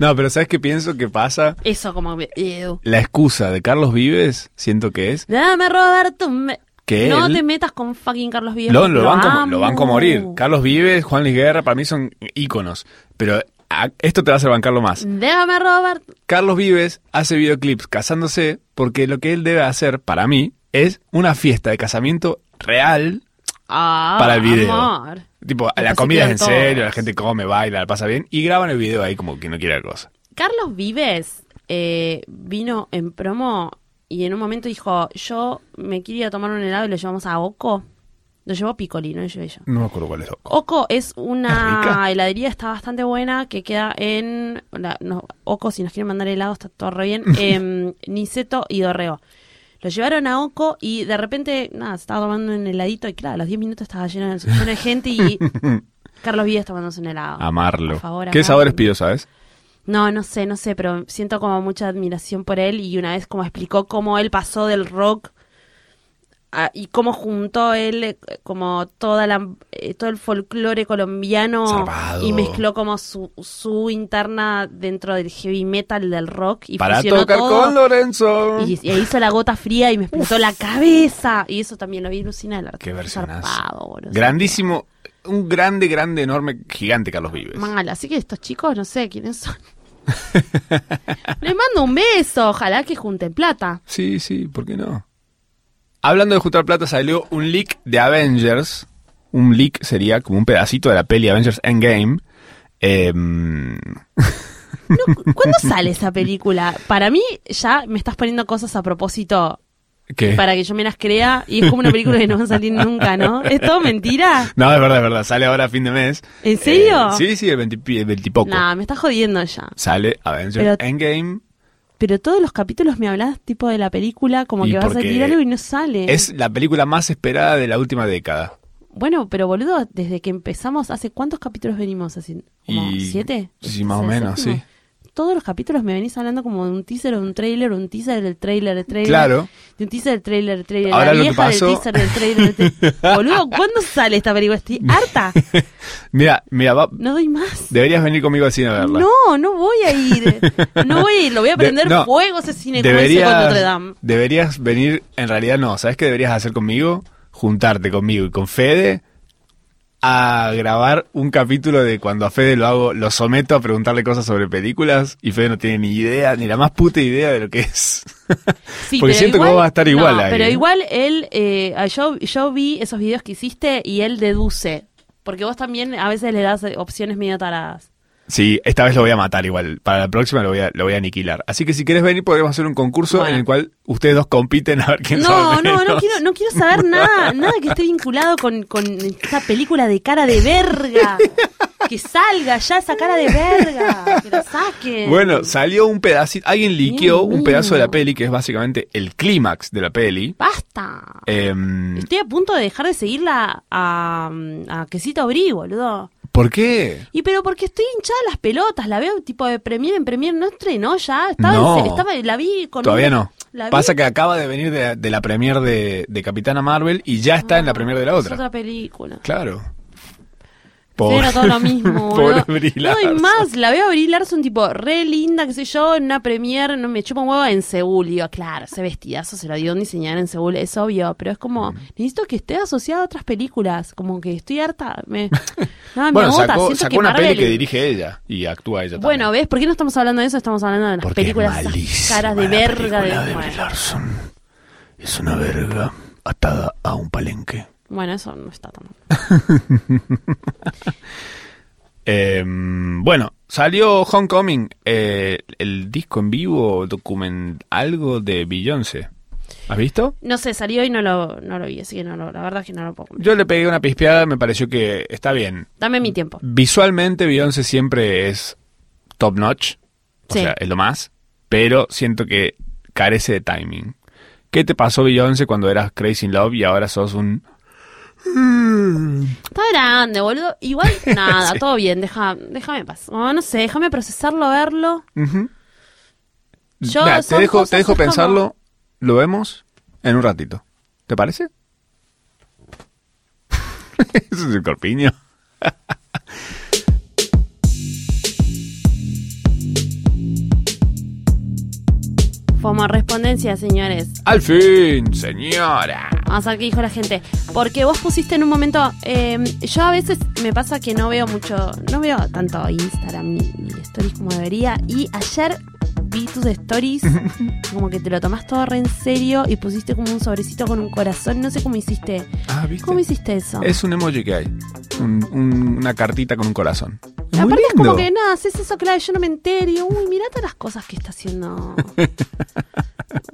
A: No, pero ¿sabes qué pienso que pasa?
B: Eso como... que, ew.
A: La excusa de Carlos Vives, siento que es.
B: Dame Roberto... me-
A: Que
B: no
A: él-
B: te metas con fucking Carlos Vives.
A: Lo, lo, van como, lo
B: amo.
A: banco a morir. Carlos Vives, Juan Luis Guerra, para mí son íconos. Pero a- esto te va a hacer bancarlo más.
B: Dame Roberto...
A: Carlos Vives hace videoclips casándose porque lo que él debe hacer, para mí, es una fiesta de casamiento real
B: Ah,
A: para el video.
B: amor.
A: Tipo,
B: Después
A: la
B: se
A: comida es en
B: quedan
A: serio,
B: todos.
A: la gente come, baila, la pasa bien y graban el video ahí como que no quiere la cosa.
B: Carlos Vives eh, vino en promo y en un momento dijo, yo me quería tomar un helado y lo llevamos a Oco. Lo llevó Piccoli, no lo llevé yo.
A: No me acuerdo cuál es. Oco.
B: Oco es
A: ¿Es rica?
B: una heladería, está bastante buena, que queda en... la- no, Oco, si nos quieren mandar helado, está todo
A: *laughs*
B: re bien. em, Niceto y Dorreo. Lo llevaron a Oco y de repente, nada, se estaba tomando un heladito y claro, a los 10 minutos estaba lleno de, lleno de gente
A: *laughs*
B: y Carlos Vives tomándose un helado.
A: Amarlo.
B: Por favor,
A: ¿Qué
B: amarlo.
A: sabores pidió, sabes?
B: No, no sé, no sé, pero siento como mucha admiración por él y una vez como explicó cómo él pasó del rock a- y cómo juntó él eh, como toda la, eh, todo el folclore colombiano
A: Zarpado.
B: y mezcló como su, su interna dentro del heavy metal del rock y
A: Para
B: fusionó
A: tocar
B: todo.
A: con Lorenzo.
B: Y, y hizo la gota fría y me explotó la cabeza. Y eso también lo vi alucinar.
A: Qué versionazo.
B: Zarpado, boludo.
A: Grandísimo, un grande, grande, enorme, gigante Carlos Vives.
B: Mal, así que estos chicos no sé quiénes son. *laughs* Les mando un beso, ojalá que junten plata.
A: Sí, sí, ¿por qué no? Hablando de juntar plata, salió un leak de Avengers. Un leak sería como un pedacito de la peli Avengers Endgame. Em,
B: No, cu- ¿Cuándo sale esa película? Para mí ya me estás poniendo cosas a propósito
A: ¿qué?
B: para que yo me las crea y es como una película que no va a salir nunca, ¿no? ¿Es todo mentira?
A: No, es verdad, es verdad. Sale ahora a fin de mes.
B: ¿En serio?
A: Eh, sí, sí, el 20, pi- el 20 poco.
B: Nah, me estás jodiendo ya.
A: Sale Avengers
B: Pero-
A: Endgame.
B: Pero todos los capítulos me hablas tipo de la película, como
A: Y
B: que va a
A: porque
B: salir algo y no sale.
A: Es la película más esperada de la última década.
B: Bueno, pero boludo, desde que empezamos, ¿hace cuántos capítulos venimos haciendo? ¿Como
A: Y-
B: siete?
A: sí, más o
B: ¿Es el
A: menos,
B: séptimo?
A: sí.
B: Todos los capítulos me venís hablando como de un teaser, un trailer, un teaser, el trailer, el trailer.
A: Claro.
B: De un teaser, el trailer, el trailer.
A: Ahora
B: la
A: lo que
B: vieja
A: pasó-
B: del teaser, del trailer, del
A: *laughs*
B: trailer. Boludo, ¿cuándo sale esta película? Estoy harta.
A: Mira, mira, va-
B: No doy más.
A: deberías venir conmigo al cine a verla.
B: No, no voy a ir. No voy a ir. Lo voy a
A: De-
B: prender
A: no.
B: fuego ese cine como hice con
A: Deberías,
B: Notre Dame.
A: deberías venir, en realidad no, ¿sabes qué deberías hacer conmigo? Juntarte conmigo y con Fede a grabar un capítulo de cuando a Fede lo hago, lo someto a preguntarle cosas sobre películas y Fede no tiene ni idea, ni la más puta idea de lo que es. *laughs*
B: Sí,
A: Porque
B: pero
A: siento que
B: igual-
A: vos vas a estar igual
B: no,
A: ahí,
B: Pero
A: ¿eh?
B: igual él, eh, ah, yo, yo vi esos videos que hiciste y él deduce. Porque vos también a veces le das eh, opciones medio taradas.
A: Sí, esta vez lo voy a matar igual. Para la próxima lo voy a, lo voy a aniquilar. Así que si querés venir podremos hacer un concurso
B: Bueno.
A: en el cual ustedes dos compiten a ver quién
B: No,
A: sabe
B: no, no
A: menos.
B: quiero, no
A: *laughs*
B: quiero saber nada, nada que esté vinculado con, con esta película de cara de verga. Que salga ya esa cara de verga, que la saquen.
A: Bueno, salió un pedacito, alguien liqueó
B: Dios
A: un pedazo de la
B: mío.
A: peli que es básicamente el clímax de la peli.
B: basta.
A: Em,
B: Estoy a punto de dejar de seguirla a, a Quesito Brie, boludo.
A: ¿Por qué?
B: Y pero porque estoy hinchada las pelotas, la veo tipo de premier en premier, no estrenó ya, estaba, en
A: No.
B: se- estaba la vi con
A: Todavía
B: un-
A: no.
B: la vi-
A: Pasa que acaba de venir de, de la premier de, de Capitana Marvel y ya está en la premier de la
B: Es
A: otra.
B: Ah, otra película.
A: Claro.
B: Sí, era todo
A: *laughs*
B: lo mismo, boludo.
A: Pobre Brie
B: No, y
A: Larson.
B: más, la veo a Brie Larson tipo re linda, qué sé yo, en una premier, no me chupa un huevo en Seúl, y digo, claro, ese vestidazo se lo dio un diseñador en Seúl, es obvio, pero es
A: Mm.
B: como necesito que esté asociado a otras películas, como que estoy harta,
A: *laughs*
B: me no, me
A: Bueno,
B: agota,
A: sacó,
B: siento
A: sacó
B: que
A: una
B: Marvel-
A: peli que dirige ella y actúa ella
B: Bueno,
A: también.
B: ¿ves? ¿Por qué no estamos hablando de eso? Estamos hablando de las
A: Porque
B: películas
A: es
B: esas
A: malísima
B: caras de
A: la
B: verga
A: película de
B: bueno.
A: Brie Larson. Es una verga atada a un palenque.
B: Bueno, eso no está tan mal.
A: Eh, bueno, salió Homecoming, eh, el disco en vivo, document algo de Beyoncé. ¿Has visto?
B: No sé, salió y no lo, no lo vi, así que no lo, la verdad es que no lo puedo.
A: Yo le pegué una pispeada, me pareció que está bien.
B: Dame mi tiempo.
A: Visualmente Beyoncé siempre es top notch, o
B: Sí.
A: sea, es lo más, pero siento que carece de timing. ¿Qué te pasó Beyoncé cuando eras Crazy in Love y ahora sos un...
B: Está grande, boludo.
A: *laughs*
B: Igual, nada, todo bien, deja, déjame en paz. No, no sé, déjame procesarlo, verlo.
A: Ujú.
B: Yo,
A: Mira, te
B: son
A: dejo,
B: cosas,
A: te dejo
B: es como-
A: pensarlo, lo vemos en un ratito. ¿Te parece? *laughs* Ese es el corpiño.
B: Como respondencia, señores.
A: Al fin, señora.
B: Vamos a ver qué dijo la gente. Porque vos pusiste en un momento. eh, yo a veces me pasa que no veo mucho. No veo tanto Instagram ni, ni stories como debería. Y ayer vi tus
A: *laughs*
B: stories. como que te lo tomás todo re en serio. Y pusiste como un sobrecito con un corazón. No sé cómo hiciste.
A: Ah, ¿viste?
B: ¿Cómo hiciste eso?
A: Es un emoji que hay. Un- un- una cartita con un corazón. Es muy
B: Aparte es
A: lindo.
B: como que nada, haces eso, claro, yo no me entero. y digo, Uy, mirá todas las cosas que
A: *laughs*
B: está haciendo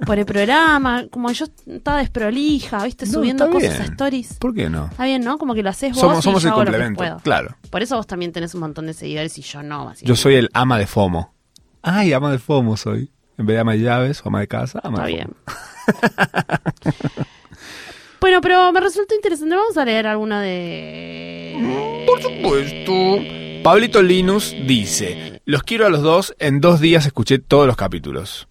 B: por el programa. Como yo estaba desprolija, viste,
A: No,
B: subiendo
A: está
B: cosas a
A: bien.
B: stories.
A: ¿Por qué no?
B: Está bien, ¿no? Como que lo haces vos
A: Somos,
B: y
A: somos
B: yo
A: el
B: hago lo que
A: complemento.
B: puedo.
A: Claro.
B: Por eso vos también tenés un montón de seguidores y yo no. así
A: Yo
B: que
A: soy el ama de FOMO. Ay, ama de FOMO soy. En vez de ama de llaves o ama de casa, ama
B: Está
A: de
B: bien. *laughs* bueno, pero me resultó interesante. Vamos a leer alguna de...
A: FOMO. Por supuesto. Pablito Linus dice: Los quiero a los dos. En dos días escuché todos los capítulos.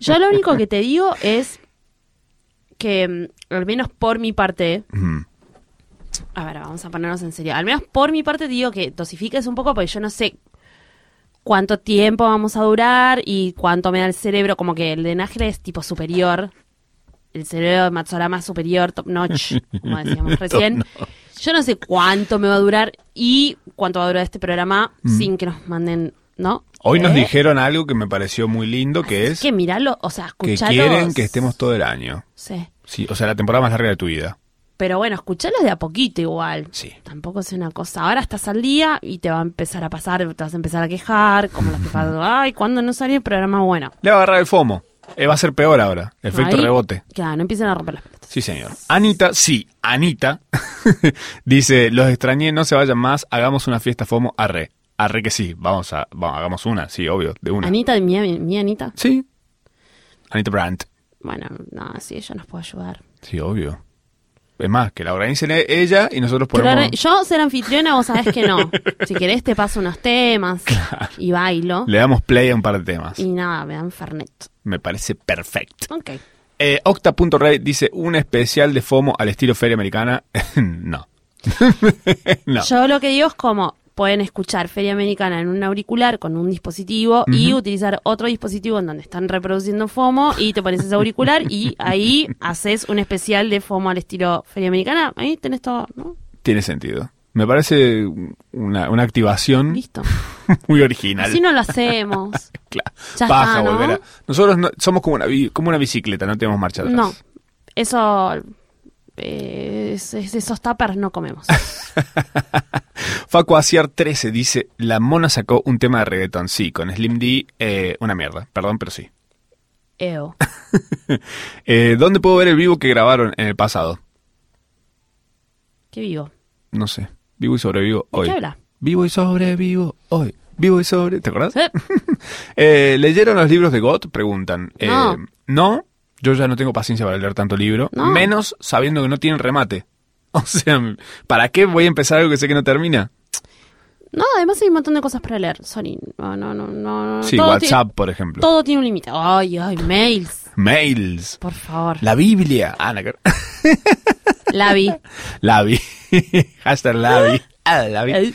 B: Yo lo único que te digo es que, mm, al menos por mi parte,
A: Mm.
B: a ver, vamos a ponernos en serio. Al menos por mi parte te digo que dosifiques un poco porque yo no sé cuánto tiempo vamos a durar y cuánto me da el cerebro. Como que el de Nájera es tipo superior. El cerebro de Matsorama es superior, top notch, como
A: *laughs*
B: decíamos recién. Yo no sé cuánto me va a durar y cuánto va a durar este programa sin que nos manden, ¿no?
A: Mm. Hoy nos
B: ¿Eh?
A: dijeron algo que me pareció muy lindo, que es
B: Que miralo, o sea,
A: que
B: escuchalo.
A: quieren que estemos todo el año.
B: Sí.
A: Sí, o sea, la temporada más larga de tu vida.
B: Pero bueno, escuchalos de a poquito igual.
A: Sí.
B: Tampoco es una cosa. Ahora estás al día y te va a empezar a pasar, te vas a empezar a quejar, como los que pasan, ay, ¿cuándo no salió el programa bueno?
A: Le va a agarrar el FOMO. Eh, va a ser peor ahora. Efecto
B: Ahí,
A: rebote.
B: Claro, no empiezan a romper las pelotas.
A: Sí, señor. Anita, sí, Anita, *laughs* dice, los extrañé, no se vayan más, hagamos una fiesta FOMO, arre. Arre que sí, vamos a, vamos, hagamos una, sí, obvio, de una.
B: Anita, mi, mi Anita.
A: Sí. Anita Brandt,
B: Bueno, no, sí, ella nos puede ayudar.
A: sí, obvio. Es más, que la organicen e- ella y nosotros ponemos...
B: Claro, yo ser anfitriona, vos sabés
A: *laughs*
B: que no. si querés te paso unos temas y bailo.
A: Le damos play a un par de temas.
B: Y nada, me dan Fernet.
A: Me parece perfecto.
B: Ok.
A: Eh, Octa.rey dice, un especial de FOMO al estilo feria americana. *laughs* no. no.
B: Yo lo que digo es como pueden escuchar Feria Americana en un auricular con un dispositivo y utilizar otro dispositivo en donde están reproduciendo FOMO y te pones ese auricular y ahí haces un especial de FOMO al estilo Feria Americana. Ahí tenés todo, ¿no?
A: Tiene sentido. Me parece una, una activación
B: Listo.
A: *laughs* muy original.
B: Así no
A: *laughs*
B: lo hacemos.
A: Claro.
B: Ya
A: Paja
B: está, ¿no?
A: volver a- Nosotros no- somos como una, bi- como una bicicleta, no tenemos marcha atrás.
B: No. Eso. eh, es- es- esos tappers no
A: *laughs*
B: comemos.
A: Facu Aciar 13 dice, la mona sacó un tema de reggaetón. Sí, con Slim D, eh, una mierda. Perdón, pero sí.
B: Eo.
A: Eh, ¿Dónde puedo ver el vivo que grabaron en el pasado?
B: ¿Qué vivo?
A: No sé. Vivo y sobrevivo
B: ¿De
A: hoy.
B: qué habla?
A: Vivo y sobrevivo hoy. Vivo y sobre... ¿Te acordás?
B: Eh,
A: *laughs* Eh, ¿Leyeron los libros de Gott? Preguntan. Eh,
B: No.
A: no, yo ya no tengo paciencia para leer tanto libro,
B: No.
A: menos sabiendo que no tienen remate. *laughs* O sea, ¿para qué voy a empezar algo que sé que no termina?
B: No, además hay un montón de cosas para leer. Sorry. No, no, no. no no.
A: Sí,
B: Todo tiene-
A: WhatsApp, por ejemplo.
B: Todo tiene un límite. Ay, ay, mails.
A: Mails.
B: Por favor.
A: La Biblia. Ah, la,
B: La vi.
A: *laughs* la vi. Hashtag la
B: *laughs*
A: vi. Ah, *laughs* la vi.
B: Ay.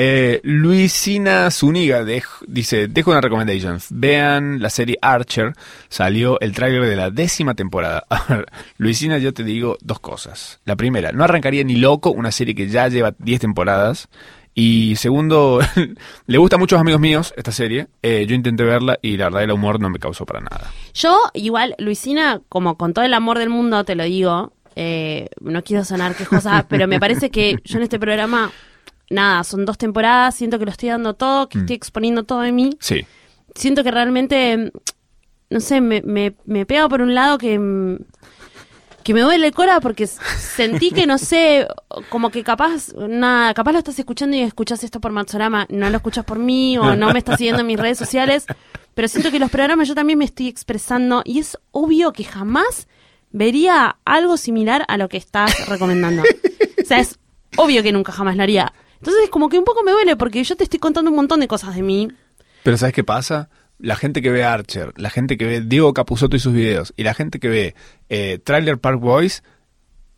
A: Eh, Luisina Zuniga dej- dice, dejo una recommendation. Vean la serie Archer. Salió el tráiler de la décima temporada. *laughs* A ver, Luisina, yo te digo dos cosas. La primera, no arrancaría ni loco una serie que ya lleva 10 temporadas. Y segundo, *laughs* le gusta a muchos amigos míos esta serie. Eh, yo intenté verla y la verdad el humor no me causó para nada.
B: Yo, igual, Luisina, como con todo el amor del mundo, te lo digo, eh, no quiero sonar
A: *laughs*
B: quejosa, pero me parece que yo en este programa, nada, son dos temporadas, siento que lo estoy dando todo,
A: Mm.
B: que estoy exponiendo todo de mí.
A: Sí.
B: Siento que realmente, mm, no sé, me, me, me pega por un lado que... mm, Que me duele el cora porque s- sentí que, no sé, como que capaz, nada, capaz lo estás escuchando y escuchás esto por Matsorama, no lo escuchas por mí o no me estás siguiendo en mis redes sociales, pero siento que los programas yo también me estoy expresando y es obvio que jamás vería algo similar a lo que estás recomendando. O sea, es obvio que nunca jamás lo haría. Entonces, como que un poco me duele porque yo te estoy contando un montón de cosas de mí.
A: Pero ¿sabes qué pasa? la gente que ve Archer, la gente que ve Diego Capuzotto y sus videos, y la gente que ve eh, Trailer Park Boys,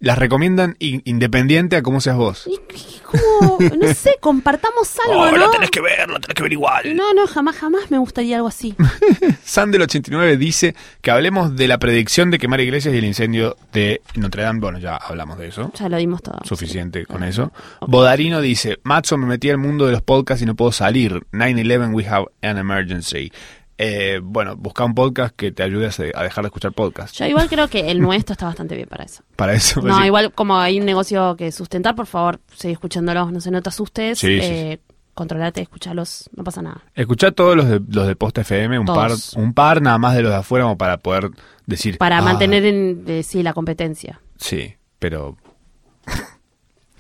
A: las recomiendan in- independiente a cómo seas vos.
B: Y- y como, no sé,
A: *laughs*
B: compartamos algo,
A: Oh,
B: ¿no?
A: la tenés que ver, la tenés que ver igual.
B: No, no, jamás, jamás me gustaría
A: *laughs*
B: algo así.
A: Sandel89 dice que hablemos de la predicción de quemar iglesias y el incendio de Notre Dame. Bueno, ya hablamos de eso.
B: Ya lo dimos todo.
A: Suficiente con eso. Bodarino dice, Matzo me metí al mundo de los podcasts y no puedo salir. 9-11, we have an emergency. Eh, bueno, busca un podcast que te ayude a se- a dejar de escuchar podcasts.
B: Yo igual creo que el nuestro está bastante bien
A: *laughs*
B: para eso.
A: Para eso.
B: No,
A: Pues sí.
B: igual como hay un negocio que sustentar, por favor, seguí escuchándolos, no se no te asustes.
A: Sí, sí,
B: eh, Controlate, escuchalos, no pasa nada.
A: Escuchá todos los de, los de Posta FM, un par,
B: Todos.
A: un par nada más de los de afuera como para poder decir...
B: Para
A: "Ah,
B: mantener en, eh, sí, la competencia.
A: Sí, pero. *laughs*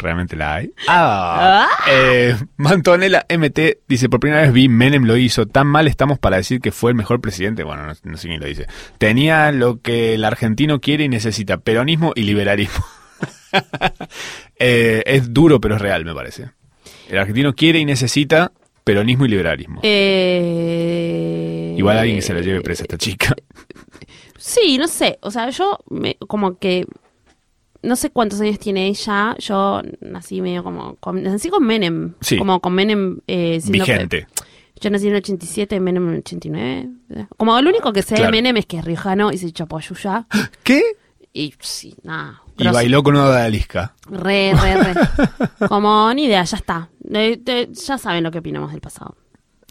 A: ¿Realmente la hay? Ah. Eh, Mantonela MT dice: Por primera vez vi Menem lo hizo. Tan mal estamos para decir que fue el mejor presidente. Bueno, no, no sé quién lo dice. Tenía lo que el argentino quiere y necesita: peronismo y liberalismo. *laughs* Eh, es duro, pero es real, me parece. El argentino quiere y necesita peronismo y liberalismo.
B: Eh,
A: Igual alguien que se la lleve presa a esta chica. *laughs*
B: Sí, no sé. O sea, yo me- como que. No sé cuántos años tiene ella. Yo nací medio como. con- nací con Menem.
A: Sí.
B: Como con Menem. eh, siendo pre-
A: Vigente.
B: Yo nací en el 87, Menem en el 89. ¿verdad? Como lo único que sé
A: Claro.
B: de Menem es que es riojano y
A: *gasps*
B: se chapoyuya.
A: ¿Qué?
B: Y sí, nada.
A: Y
B: grosso.
A: bailó con una odalisca.
B: Re,
A: *laughs*
B: re, re. como ni idea, ya está. Eh, te- ya saben lo que opinamos del pasado.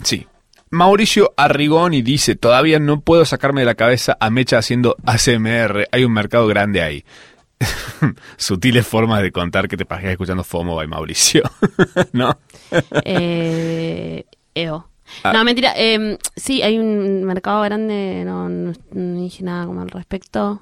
A: Sí. Mauricio Arrigoni dice, todavía no puedo sacarme de la cabeza a Mecha haciendo ACMR, hay un mercado grande ahí. *laughs* Sutiles formas de contar que te pajeas escuchando FOMO by Mauricio, *laughs* ¿no?
B: Eh, EO.
A: Ah.
B: No, mentira. eh, sí, hay un mercado grande, no, no- no dije nada como al respecto.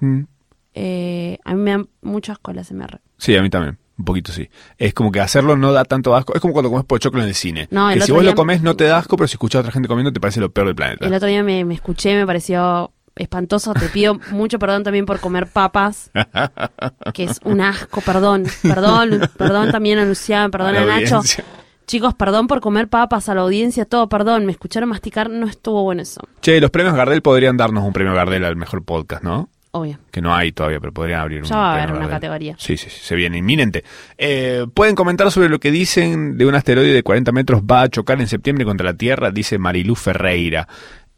B: Eh, a mí me dan mucho asco las MR.
A: Sí, a mí también, un poquito sí. Es como que hacerlo no da tanto asco, es como cuando comes pochoclo en el cine.
B: No, el
A: que si
B: otro
A: vos
B: día-
A: lo comes no te da asco, pero si escuchas a otra gente comiendo te parece lo peor del planeta.
B: El otro día me, me escuché, me pareció espantoso. Te pido
A: *laughs*
B: mucho perdón también por comer papas, que es un asco. Perdón, perdón, perdón también a Lucián, perdón
A: A
B: a,
A: la
B: Nacho.
A: audiencia.
B: Chicos, perdón por comer papas, a la audiencia, todo, perdón. Me escucharon masticar, no estuvo bueno eso,
A: Che, los premios Gardel podrían darnos un premio Gardel al mejor podcast, ¿no?
B: obvio.
A: que no hay todavía, pero podrían abrir
B: Ya va a
A: premio
B: haber una
A: Gardel.
B: categoría.
A: Sí, sí, sí, se viene inminente. Eh, Pueden comentar sobre lo que dicen de un asteroide de 40 metros va a chocar en septiembre contra la Tierra, dice Marilú Ferreira.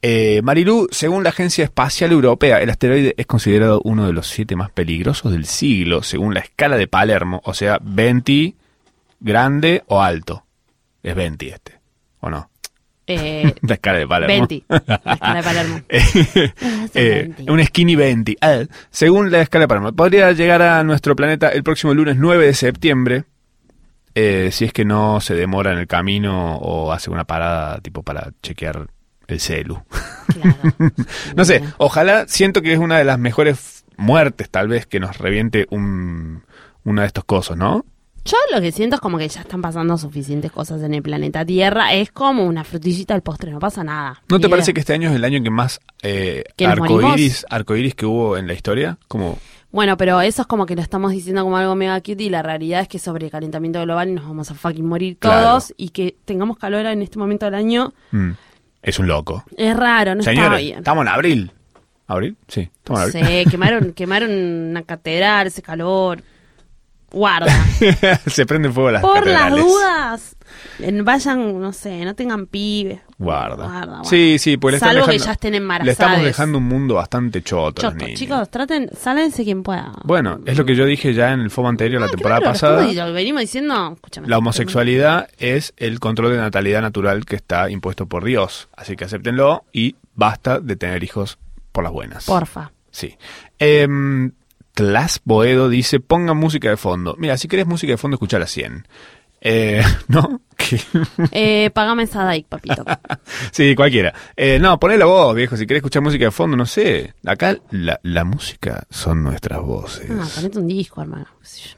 A: Eh, Marilú, según la Agencia Espacial Europea, el asteroide es considerado uno de los siete más peligrosos del siglo, según la escala de Palermo, o sea, 20, grande o alto. Es 20 este, ¿o no?
B: Eh,
A: La escala de *laughs* Palermo.
B: 20, la escala de Palermo.
A: *laughs*
B: Ah,
A: Eh, un skinny 20. Ah, según la escala de Palermo. Podría llegar a nuestro planeta el próximo lunes 9 de septiembre. eh, si es que no se demora en el camino o hace una parada tipo para chequear el celu. *laughs*
B: Claro.
A: No sé, ojalá siento que es una de las mejores muertes tal vez que nos reviente un, uno de estos cosos, ¿no?
B: Yo lo que siento es como que ya están pasando suficientes cosas en el planeta Tierra. Es como una frutillita al postre, no pasa nada.
A: ¿No
B: Ni
A: te
B: idea.
A: parece que este año es el año que más eh,
B: ¿Que nos
A: arcoíris, arcoíris que hubo en la historia? Como
B: Bueno, pero eso es como que lo estamos diciendo como algo mega cute y la realidad es que sobre el calentamiento global nos vamos a fucking morir
A: Claro.
B: todos y que tengamos calor en este momento del año
A: mm, es un loco.
B: es raro, no está
A: Señores,
B: bien.
A: estamos en abril. ¿Abril? Sí, estamos en
B: No
A: abril.
B: sé, quemaron, *laughs* quemaron una catedral, ese calor.
A: *laughs*
B: Guarda.
A: Se prende fuego las
B: Por las
A: catedrales.
B: dudas, en- vayan, no sé, no tengan pibes.
A: Guarda.
B: guarda.
A: Sí, sí, pues le están
B: Salvo que
A: dejando-
B: ya estén
A: Le
B: embarazadas.
A: estamos dejando un mundo bastante choto, a los
B: Choto,
A: niños.
B: chicos, traten, sálense quien pueda.
A: Bueno, es lo que yo dije ya en el FOMO anterior, la
B: Ah,
A: temporada
B: claro,
A: pasada.
B: estuvo y lo venimos diciendo, escúchame.
A: La homosexualidad es el control de natalidad natural que está impuesto por Dios. Así que acéptenlo y basta de tener hijos por las buenas.
B: Porfa.
A: Sí. Em, Tlas Boedo dice, ponga música de fondo. Mira, si querés música de fondo, escucha la 100. Eh, *laughs* no, que...
B: Eh, pagame esa Dike,
A: *laughs*
B: papito. Ah,
A: Sí, cualquiera. Eh, no, ponela vos, viejo. Si querés escuchar música de fondo, no sé. Acá la, la música son nuestras voces.
B: Ah, ponete un disco, hermano. qué sé yo.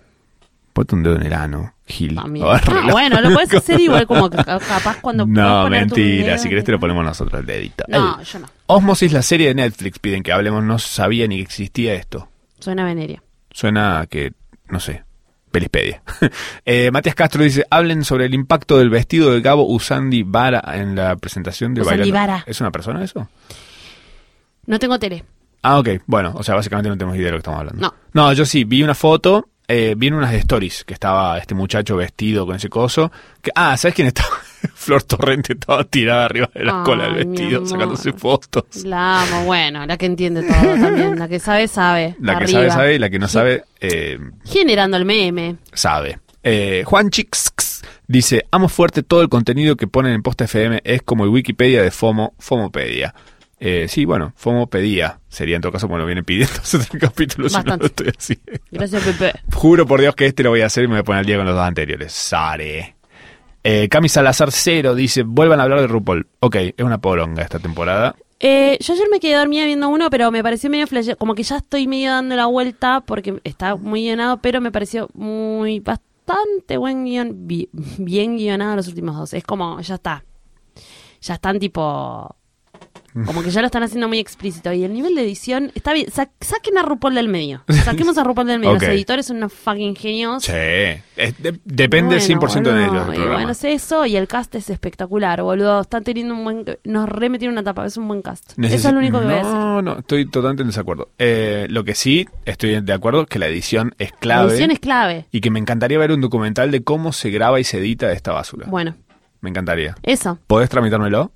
A: Ponte un dedo en el ano, Gil. *laughs*
B: También.
A: Agárralo.
B: Ah, bueno, lo
A: *laughs*
B: puedes hacer igual como que ca- capaz cuando
A: No,
B: puedes poner tu
A: mentira.
B: dedo
A: Si querés te lo
B: en-
A: ponemos nosotros el dedito.
B: No,
A: Ey.
B: yo no.
A: Osmosis, la serie de Netflix, piden que hablemos. No sabía ni que existía esto.
B: Suena veneria.
A: Suena a que, no sé, Pelispedia. *laughs* Eh, Matías Castro dice, hablen sobre el impacto del vestido de Gabo Usandi Vara en la presentación de
B: Usandi
A: Bailando".
B: Vara.
A: ¿Es una persona eso?
B: No tengo tele.
A: Ah, ok. Bueno, o sea, básicamente no tenemos idea de lo que estamos hablando.
B: No.
A: yo sí, vi una foto, eh, vi en unas stories que estaba este muchacho vestido con ese coso. Que, ah, ¿sabes quién estaba? *laughs* Flor Torrente estaba tirada arriba de la
B: Ay,
A: cola del
B: mi
A: vestido,
B: amor.
A: sacándose fotos.
B: La amo, bueno, la que entiende todo también. La que sabe, sabe.
A: La que
B: Arriba.
A: sabe, sabe, y la que no sabe, eh,
B: Generando el meme.
A: sabe. Eh, Juan Chix dice, amo fuerte todo el contenido que ponen en Posta FM, es como el Wikipedia de FOMO, FOMOpedia. Eh, sí, bueno, FOMOpedia sería en todo caso como lo vienen pidiendo *laughs* hace tres capítulos. si no lo
B: Bastante.
A: estoy haciendo.
B: Gracias, Pepe.
A: Juro por Dios que este lo voy a hacer y me voy a poner al día con los dos anteriores. Sare. Eh, Cami Salazar Cero dice, vuelvan a hablar de RuPaul. Ok, es una poronga esta temporada.
B: Eh, yo ayer me quedé dormida viendo uno, pero me pareció medio flash, como que ya estoy medio dando la vuelta porque está muy guionado, pero me pareció muy bastante buen guion, bi- bien guionado los últimos dos. Es como, ya está. Ya están tipo. Como que ya lo están haciendo muy explícito. Y el nivel de edición está bien. Sa- saquen a RuPaul
A: *laughs*
B: del medio. Saquemos a RuPaul del medio.
A: Ok.
B: Los editores son unos fucking genios.
A: Sí, es- de- depende
B: Bueno,
A: 100% de
B: boludo,
A: ellos. el
B: y
A: programa.
B: bueno, es eso. Y el cast es espectacular, boludo. Están teniendo un buen. Nos remetieron una tapa. Es un buen cast. eso es
A: Necesi-
B: lo único que voy a decir.
A: No, no, estoy totalmente en desacuerdo. Eh, lo que sí estoy de acuerdo es que la edición es clave.
B: La edición es clave.
A: Y que me encantaría ver un documental de cómo se graba y se edita esta basura.
B: Bueno,
A: Me encantaría.
B: eso.
A: ¿Podés tramitármelo?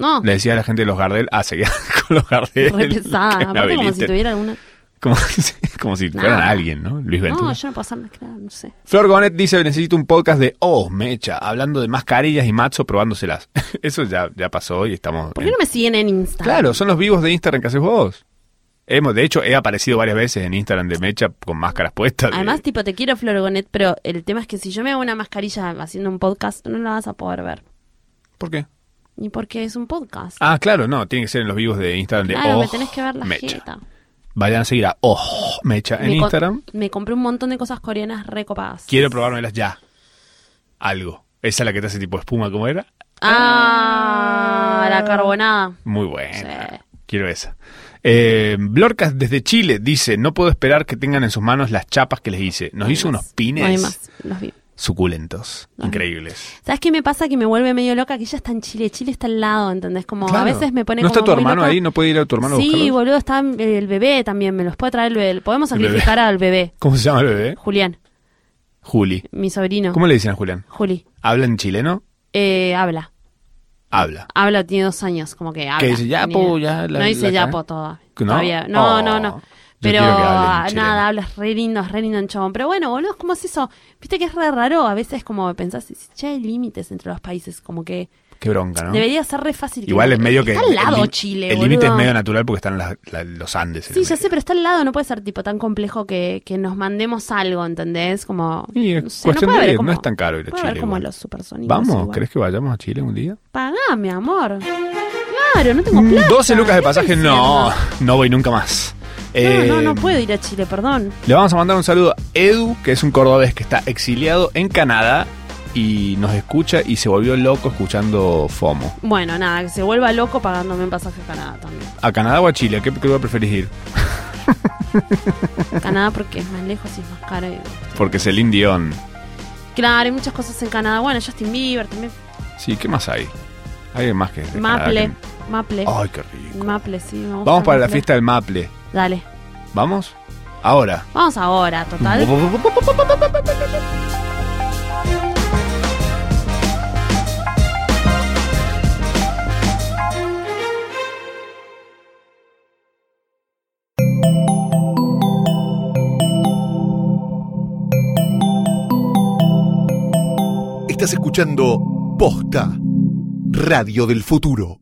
B: No,
A: Le decía a la gente de los Gardel, ah, seguía *laughs* con los Gardel.
B: re
A: que *laughs*
B: pesada.
A: me
B: Aparte, como si
A: habiliten.
B: tuviera alguna.
A: Como si, como si fueran
B: Nada.
A: alguien, ¿no? Luis Ventura.
B: No, yo no puedo hacer nada, claro, no sé.
A: Flor Gonet dice, necesito un podcast de Oh, Mecha, hablando de mascarillas y macho probándoselas. *laughs* Eso ya, ya pasó y estamos...
B: ¿Por
A: en-
B: qué no me siguen en Insta?
A: Claro, son los vivos de Instagram que haces vos. Hemos, de hecho, he aparecido varias veces en Instagram de Mecha con máscaras puestas. de-
B: Además, tipo, te quiero Florgonet, pero el tema es que si yo me hago una mascarilla haciendo un podcast, no la vas a poder ver.
A: ¿Por qué?
B: Ni porque es un podcast.
A: Ah, claro, no, tiene que ser en los vivos de Instagram de
B: claro,
A: Oh,
B: me tenés que ver la
A: Mecha.
B: jeta.
A: Vayan a seguir a Oh, Mecha en
B: Me co-
A: Instagram.
B: Me compré un montón de cosas coreanas recopadas.
A: Quiero probármelas ya. Algo. Esa es la que te hace tipo espuma, ¿cómo era?
B: Ah, la carbonada.
A: Muy buena.
B: Sí.
A: Quiero esa. Eh, Blorcas desde Chile dice, no puedo esperar que tengan en sus manos las chapas que les hice. Nos
B: No hay
A: hizo
B: más.
A: unos
B: No hay
A: pines
B: más, los vi.
A: suculentos,
B: No hay más.
A: increíbles.
B: ¿Sabes qué me pasa? Que me vuelve medio loca, que ella está en Chile. Chile está al lado, ¿entendés? Como a
A: Claro.
B: veces me pone
A: ¿No está
B: como
A: tu
B: muy
A: hermano
B: loca.
A: ahí? ¿No puede ir a tu hermano a
B: Sí,
A: buscarlos?
B: boludo, está el bebé también. Me los puede traer el bebé. Podemos
A: El bebé.
B: sacrificar al bebé.
A: ¿Cómo se llama el bebé?
B: Julián,
A: Juli.
B: mi sobrino.
A: ¿Cómo le dicen a Julián?
B: Juli.
A: ¿Habla en chileno?
B: Eh, habla.
A: Habla.
B: Habla, tiene dos años, como que habla.
A: dice, "Yapo",
B: Ni-
A: ya, la-
B: no dice
A: la cara.
B: yapo toda.
A: ¿No?
B: Todavía. No,
A: Oh,
B: no,
A: yo
B: no.
A: quiero
B: Pero
A: que hable en
B: ah,
A: chileno.
B: nada, hablas re lindo, es re lindo en chabón. Pero bueno, boludo, ¿cómo es eso? Viste que es re raro. A veces como pensás, dices, che, hay límites entre los países. Como que
A: Qué bronca, ¿no?
B: debería ser re fácil. que-
A: Igual es medio que...
B: Está al lado
A: el lim-
B: Chile,
A: El límite es
B: boludo.
A: medio natural porque están las- la- los Andes. en
B: Sí,
A: el
B: ya
A: medio.
B: sé, pero está al lado, no puede ser tipo tan complejo que, que nos mandemos algo, ¿entendés? Como.
A: Y es
B: no sé,
A: cuestión
B: no puede
A: de
B: haber
A: ir,
B: como-
A: no es tan caro ir a
B: puede
A: Chile
B: haber como
A: igual.
B: los supersónicos.
A: Vamos,
B: igual.
A: ¿crees que vayamos a Chile un día?
B: Pagame, amor. Claro, no tengo
A: Mm,
B: plata.
A: 12 lucas de
B: ¿qué
A: pasaje,
B: estoy
A: no,
B: diciendo?
A: no voy nunca más. Eh,
B: No, no, no puedo ir a Chile, perdón.
A: Le vamos a mandar un saludo a Edu, que es un cordobés que está exiliado en Canadá y nos escucha y se volvió loco escuchando FOMO.
B: Bueno, nada, que se vuelva loco pagándome un pasaje a Canadá
A: *laughs*
B: también.
A: ¿A Canadá o a Chile? ¿A ¿Qué lugar preferís ir?
B: Canadá porque es más lejos y es más caro. y- este,
A: Porque Celine Dion.
B: Claro, hay muchas cosas en Canadá. Bueno, Justin Bieber también.
A: Sí, ¿qué más hay? Hay más que... de
B: Maple,
A: Canadá
B: Maple.
A: que- Ay, qué rico.
B: Maple, sí. me gusta
A: Oh. Vamos para la
B: Maple.
A: fiesta del Maple.
B: Dale.
A: ¿Vamos? Ahora.
B: Vamos ahora, total.
C: Estás escuchando Posta, Radio del Futuro.